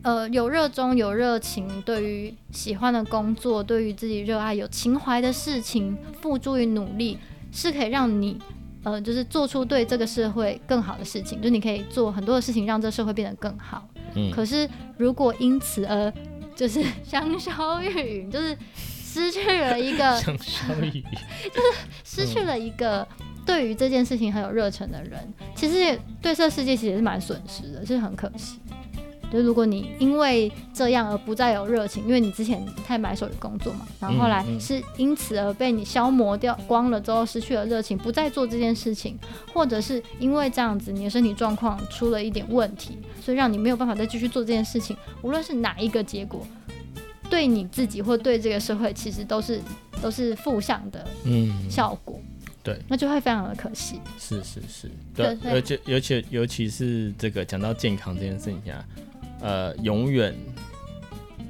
[SPEAKER 2] 呃，有热衷，有热情，对于喜欢的工作，对于自己热爱、有情怀的事情，付诸于努力，是可以让你呃，就是做出对这个社会更好的事情。就是你可以做很多的事情，让这社会变得更好。
[SPEAKER 1] 嗯，
[SPEAKER 2] 可是如果因此而就是香消玉殒，就是失去了一个
[SPEAKER 1] 像效益，
[SPEAKER 2] 失
[SPEAKER 1] 嗯
[SPEAKER 2] 去了一个对于这件事情很有热忱的人，其实也对这世界其实是蛮损失的，是很可惜。就是如果你因为这样而不再有热情，因为你之前太埋首于工作嘛，然后后来
[SPEAKER 1] 嗯嗯
[SPEAKER 2] 是因此而被你消磨掉光了之后，失去了热情，不再做这件事情，或者是因为这样子你的身体状况出了一点问题，所以让你没有办法再继续做这件事情，无论是哪一个结果，对你自己或对这个社会其实都是都是负向的 [LAUGHS]
[SPEAKER 1] 嗯，
[SPEAKER 2] 效果，
[SPEAKER 1] 对，
[SPEAKER 2] 那就会非常的可惜。
[SPEAKER 1] 是是是，
[SPEAKER 2] 对
[SPEAKER 1] 对，
[SPEAKER 2] 对
[SPEAKER 1] 而且尤其尤其是这个讲到健康这件事情啊，呃，永远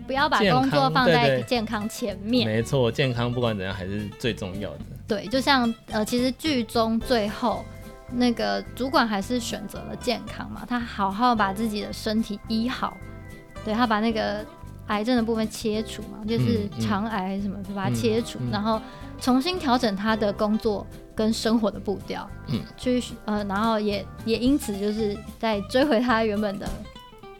[SPEAKER 2] 不要把
[SPEAKER 1] 健康
[SPEAKER 2] 工作放在
[SPEAKER 1] 对对
[SPEAKER 2] 健康前面，
[SPEAKER 1] 没错，健康不管怎样还是最重要的。
[SPEAKER 2] 对，就像呃，其实剧中最后那个主管还是选择了健康嘛，他好好把自己的身体医好，对他把那个癌症的部分切除嘛，就是
[SPEAKER 1] 嗯嗯
[SPEAKER 2] 肠癌还是什么，就把它
[SPEAKER 1] 嗯
[SPEAKER 2] 切除，
[SPEAKER 1] 嗯
[SPEAKER 2] 然后重新调整他的工作跟生活的步调，
[SPEAKER 1] 嗯，
[SPEAKER 2] 去呃，然后也也因此就是在追回他原本的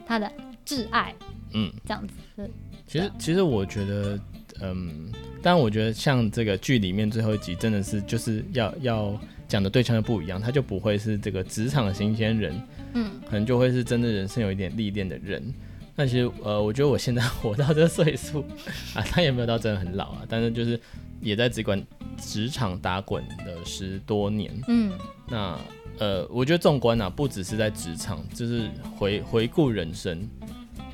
[SPEAKER 2] 他的挚爱
[SPEAKER 1] 嗯，
[SPEAKER 2] 这样子，嗯
[SPEAKER 1] 其
[SPEAKER 2] 对
[SPEAKER 1] 实
[SPEAKER 2] 啊，
[SPEAKER 1] 其实我觉得，嗯，但我觉得像这个剧里面最后一集，真的是就是要要讲的对象就不一样，他就不会是这个职场新鲜人，
[SPEAKER 2] 嗯
[SPEAKER 1] 可能就会是真的人生有一点历练的人。那其实呃，我觉得我现在活到这个岁数 [LAUGHS] 啊，他也没有到真的很老啊，但是就是也在职管职场打滚了十多年。
[SPEAKER 2] 嗯
[SPEAKER 1] 那呃，我觉得纵观啊，不只是在职场，就是回回顾人生。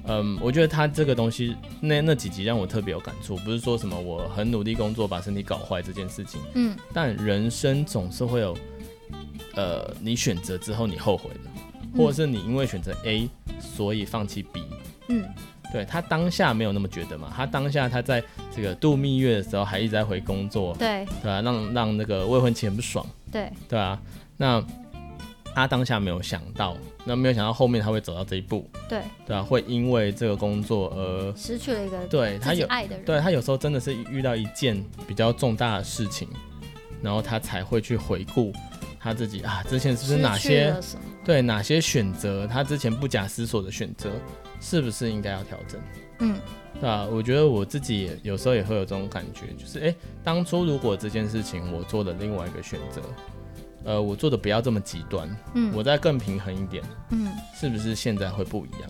[SPEAKER 1] 嗯，我觉得他这个东西，那那几集让我特别有感触。不是说什么我很努力工作把身体搞坏这件事情，
[SPEAKER 2] 嗯，
[SPEAKER 1] 但人生总是会有，呃，你选择之后你后悔的，或者是你因为选择 A 所以放弃 B。
[SPEAKER 2] 嗯
[SPEAKER 1] 对他当下没有那么觉得嘛，他当下他在这个度蜜月的时候还一直在回工作，
[SPEAKER 2] 对
[SPEAKER 1] 对吧、让让那个未婚妻很不爽。
[SPEAKER 2] 对，
[SPEAKER 1] 对啊，那他当下没有想到，那没有想到后面他会走到这一步，
[SPEAKER 2] 对，
[SPEAKER 1] 对啊，会因为这个工作而
[SPEAKER 2] 失去了一个
[SPEAKER 1] 对他
[SPEAKER 2] 自己
[SPEAKER 1] 有，
[SPEAKER 2] 爱的人，
[SPEAKER 1] 对他有时候真的是遇到一件比较重大的事情，然后他才会去回顾他自己啊，之前是不
[SPEAKER 2] 失
[SPEAKER 1] 是哪
[SPEAKER 2] 去
[SPEAKER 1] 些
[SPEAKER 2] 了什么？
[SPEAKER 1] 对哪些选择，他之前不假思索的选择，是不是应该要调整？
[SPEAKER 2] 嗯
[SPEAKER 1] 对啊，我觉得我自己也有时候也会有这种感觉，就是诶，当初如果这件事情我做了另外一个选择，呃，我做的不要这么极端，
[SPEAKER 2] 嗯
[SPEAKER 1] 我再更平衡一点，
[SPEAKER 2] 嗯，
[SPEAKER 1] 是不是现在会不一样？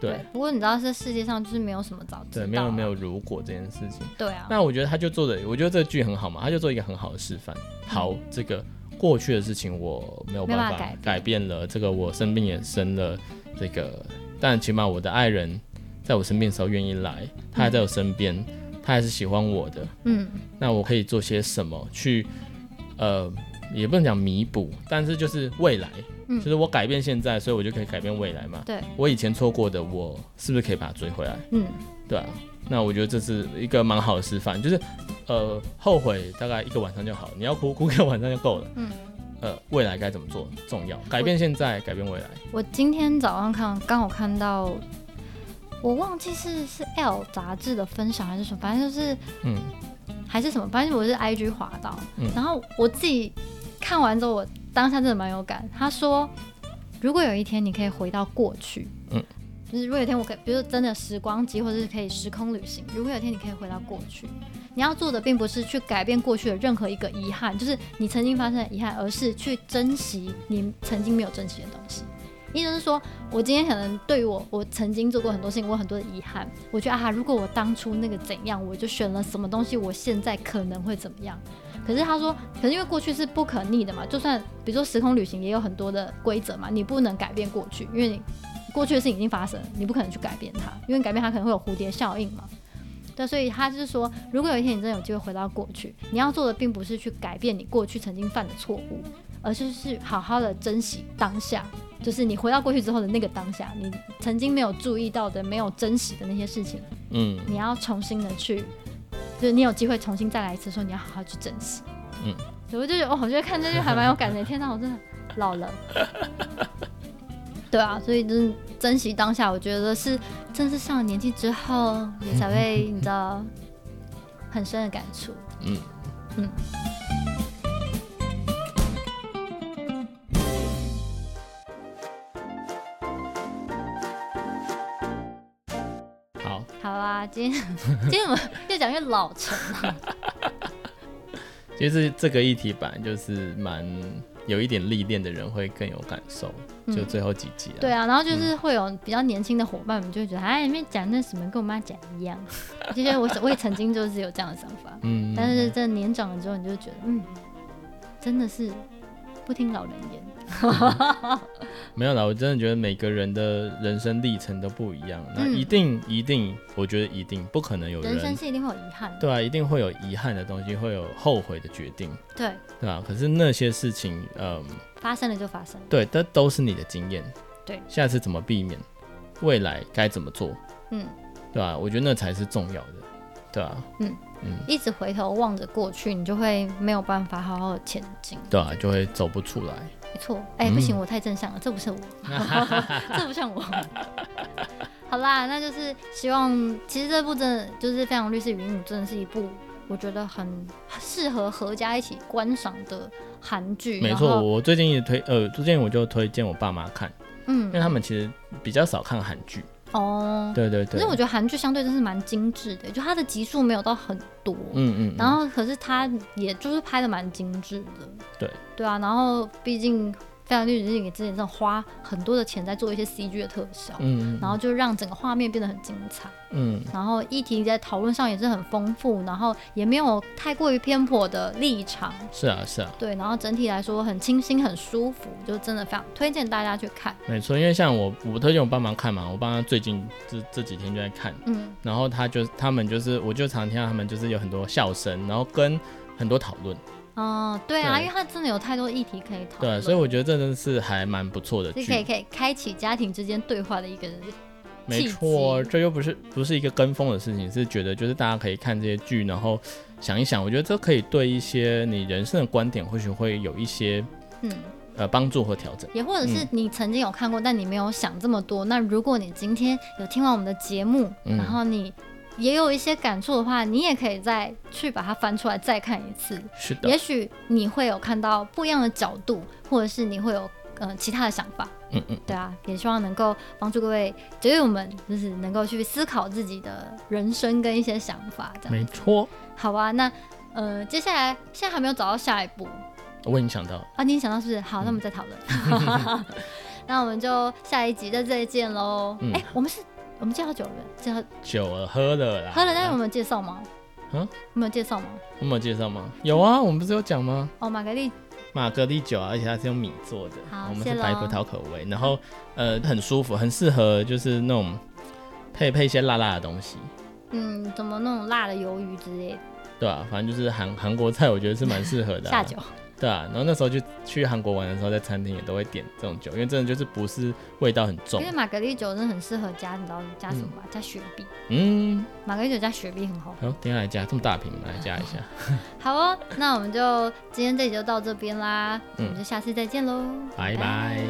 [SPEAKER 1] 对
[SPEAKER 2] 对。不过你知道，这世界上就是没有什么早知
[SPEAKER 1] 对，
[SPEAKER 2] 道、
[SPEAKER 1] 没有没。有如果这件事情，
[SPEAKER 2] 对啊，
[SPEAKER 1] 那我觉得他就做的，我觉得这个剧很好嘛，他就做一个很好的示范。好，这个过去的事情我没有办
[SPEAKER 2] 嗯没
[SPEAKER 1] 法
[SPEAKER 2] 办法改变
[SPEAKER 1] 改变了，这个我生病也生了，这个但起码我的爱人在我生病的时候愿意来，他还在我身边，他还是喜欢我的。
[SPEAKER 2] 嗯
[SPEAKER 1] 那我可以做些什么去，呃，也不能讲弥补，但是就是未来，
[SPEAKER 2] 嗯
[SPEAKER 1] 就是我改变现在，所以我就可以改变未来嘛。
[SPEAKER 2] 对，
[SPEAKER 1] 我以前错过的，我是不是可以把它追回来？
[SPEAKER 2] 嗯
[SPEAKER 1] 对啊，那我觉得这是一个蛮好的示范，就是呃，后悔大概一个晚上就好，你要哭哭一个晚上就够了。
[SPEAKER 2] 嗯。
[SPEAKER 1] 呃，未来该怎么做重要，改变现在，改变未来。
[SPEAKER 2] 我今天早上看，刚好看到，我忘记是是 L 杂志的分享还是什么，反正就是
[SPEAKER 1] 嗯
[SPEAKER 2] 还是什么，反正我是 IG 滑到，
[SPEAKER 1] 嗯
[SPEAKER 2] 然后我自己看完之后，我当下真的蛮有感。他说，如果有一天你可以回到过去，
[SPEAKER 1] 嗯
[SPEAKER 2] 就是如果有一天我可以，比如说真的时光机，或者是可以时空旅行，如果有一天你可以回到过去，你要做的并不是去改变过去的任何一个遗憾，就是你曾经发生的遗憾，而是去珍惜你曾经没有珍惜的东西。意思是说，我今天可能对于我我曾经做过很多事情，我有很多的遗憾。我觉得啊，如果我当初那个怎样，我就选了什么东西，我现在可能会怎么样。可是他说，可是因为过去是不可逆的嘛，就算比如说时空旅行也有很多的规则嘛，你不能改变过去，因为你过去的事情已经发生了，你不可能去改变它，因为改变它可能会有蝴蝶效应嘛。对，所以他就是说，如果有一天你真的有机会回到过去，你要做的并不是去改变你过去曾经犯的错误，而是是好好的珍惜当下，就是你回到过去之后的那个当下，你曾经没有注意到的、没有珍惜的那些事情，
[SPEAKER 1] 嗯
[SPEAKER 2] 你要重新的去，就是你有机会重新再来一次的时候，你要好好去珍惜。
[SPEAKER 1] 嗯
[SPEAKER 2] 对，我就觉得，哦，我觉得看这句还蛮有感觉。天哪，我真的老了。对啊，所以就是珍惜当下，我觉得是，真是上了年纪之后，你才会你知道很深的感触。
[SPEAKER 1] 嗯
[SPEAKER 2] 嗯。
[SPEAKER 1] 好，
[SPEAKER 2] 好啊，今天 [LAUGHS] 今天我们越讲越老成了。
[SPEAKER 1] 其实这个议题版就是蛮有一点历练的人会更有感受，
[SPEAKER 2] 嗯
[SPEAKER 1] 就最后几集啊。
[SPEAKER 2] 对啊，然后就是会有比较年轻的伙伴们就会觉得，哎，你们讲那什么跟我妈讲一样。 [LAUGHS] 就觉得我我也曾经就是有这样的想法，
[SPEAKER 1] 嗯，
[SPEAKER 2] 但是这年长了之后，你就觉得，嗯，真的是不听老人言。
[SPEAKER 1] 没有啦，我真的觉得每个人的人生历程都不一样，那
[SPEAKER 2] 嗯
[SPEAKER 1] 一定、一定，我觉得一定不可能有
[SPEAKER 2] 人生
[SPEAKER 1] 人
[SPEAKER 2] 是一定会有遗憾的，
[SPEAKER 1] 对啊，一定会有遗憾的东西，会有后悔的决定，
[SPEAKER 2] 对，
[SPEAKER 1] 对吧、可是那些事情，嗯，
[SPEAKER 2] 发生了就发生了，
[SPEAKER 1] 对，但都是你的经验，
[SPEAKER 2] 对
[SPEAKER 1] 下次怎么避免，未来该怎么做，
[SPEAKER 2] 嗯，
[SPEAKER 1] 对吧、我觉得那才是重要的，对啊，
[SPEAKER 2] 一直回头望着过去，你就会没有办法好好的前进。
[SPEAKER 1] 对啊，就会走不出来。
[SPEAKER 2] 没错，哎、不
[SPEAKER 1] 嗯
[SPEAKER 2] 行，我太正向了，这不
[SPEAKER 1] [LAUGHS]
[SPEAKER 2] 是我，这不像我。 [LAUGHS] 好啦，那就是希望，其实这部真的就是《非常律师与鹦鹉》，真的是一部我觉得很适合合家一起观赏的韩剧。
[SPEAKER 1] 没
[SPEAKER 2] 然
[SPEAKER 1] 错，
[SPEAKER 2] 后，
[SPEAKER 1] 我最近也推，呃，最近我就推荐我爸妈看，因为
[SPEAKER 2] 嗯，
[SPEAKER 1] 他们其实比较少看韩剧，
[SPEAKER 2] 哦，
[SPEAKER 1] 对对
[SPEAKER 2] 可
[SPEAKER 1] 对
[SPEAKER 2] 是，我觉得韩剧相对真是蛮精致的，就它的集数没有到很多，
[SPEAKER 1] 嗯嗯，嗯
[SPEAKER 2] 然后可是它也就是拍的蛮精致的。
[SPEAKER 1] 对，
[SPEAKER 2] 对啊，然后毕竟《非常律师与鹦鹉》之前真的花很多的钱在做一些 CG 的特效。
[SPEAKER 1] 嗯，
[SPEAKER 2] 然后就让整个画面变得很精彩，
[SPEAKER 1] 嗯
[SPEAKER 2] 然后议题在讨论上也是很丰富，然后也没有太过于偏颇的立场，
[SPEAKER 1] 是啊是啊，
[SPEAKER 2] 对，然后整体来说很清新、很舒服，就真的非常推荐大家去看。
[SPEAKER 1] 没错，因为像我，我推荐我爸妈看嘛，我爸妈最近这这几天就在看，
[SPEAKER 2] 嗯
[SPEAKER 1] 然后他就他们就是，我就常听到他们就是有很多笑声，然后跟很多讨论，
[SPEAKER 2] 嗯，对啊，
[SPEAKER 1] 对
[SPEAKER 2] 因为它真的有太多议题可以讨论，
[SPEAKER 1] 对，所以我觉得这真的是还蛮不错的
[SPEAKER 2] 是可以
[SPEAKER 1] 剧，
[SPEAKER 2] 可以开启家庭之间对话的一个
[SPEAKER 1] 没错，这又不是不是一个跟风的事情，是觉得就是大家可以看这些剧，然后想一想，我觉得这可以对一些你人生的观点，或许会有一些
[SPEAKER 2] 嗯，
[SPEAKER 1] 呃帮助或调整。
[SPEAKER 2] 也或者是你曾经有看过，但你没有想这么多。那如果你今天有听完我们的节目，
[SPEAKER 1] 嗯
[SPEAKER 2] 然后你也有一些感触的话，你也可以再去把它翻出来再看一次，
[SPEAKER 1] 是的
[SPEAKER 2] 也，许你会有看到不一样的角度，或者是你会有呃其他的想法。
[SPEAKER 1] 嗯嗯，
[SPEAKER 2] 对啊，也希望能够帮助各位酒友们，就是能够去思考自己的人生跟一些想法，这样
[SPEAKER 1] 没错。
[SPEAKER 2] 好啊。那呃，接下来现在还没有找到下一步
[SPEAKER 1] 我已经想到，
[SPEAKER 2] 啊，你已经想到是不是？好，那我们再讨论。
[SPEAKER 1] [LAUGHS]
[SPEAKER 2] 那我们就下一集在这里见喽。哎、
[SPEAKER 1] 嗯
[SPEAKER 2] 我们是，我们介绍酒人，介绍
[SPEAKER 1] 酒了喝了啦，
[SPEAKER 2] 喝了，但是我们有介绍吗？
[SPEAKER 1] 啊，
[SPEAKER 2] 我们有介绍吗？
[SPEAKER 1] 我们有介绍吗？有啊，我们不是有讲吗？
[SPEAKER 2] 哦，玛格丽，
[SPEAKER 1] 玛格丽酒啊，而且它是用米做的
[SPEAKER 2] 好，
[SPEAKER 1] 我们
[SPEAKER 2] 谢
[SPEAKER 1] 是
[SPEAKER 2] 咯
[SPEAKER 1] 白葡萄口味，然后呃很舒服，很适合就是那种配配一些辣辣的东西，
[SPEAKER 2] 嗯，怎么那种辣的鱿鱼之类的
[SPEAKER 1] 对吧、反正就是韩韩国菜，我觉得是蛮适合的、啊。
[SPEAKER 2] 下酒？
[SPEAKER 1] 对啊，然后那时候就去韩国玩的时候，在餐厅也都会点这种酒，因为真的就是不是味道很
[SPEAKER 2] 因
[SPEAKER 1] 重
[SPEAKER 2] 为，玛格丽酒真的很适合加，你知道加什么吗？加雪碧，
[SPEAKER 1] 嗯，
[SPEAKER 2] 玛格丽酒加雪碧很好喝。
[SPEAKER 1] 好，等一下来加这么大瓶，我们来加一下，
[SPEAKER 2] 好哦，那我们就今天这集就到这边啦，我们就下次再见喽，
[SPEAKER 1] 嗯拜拜。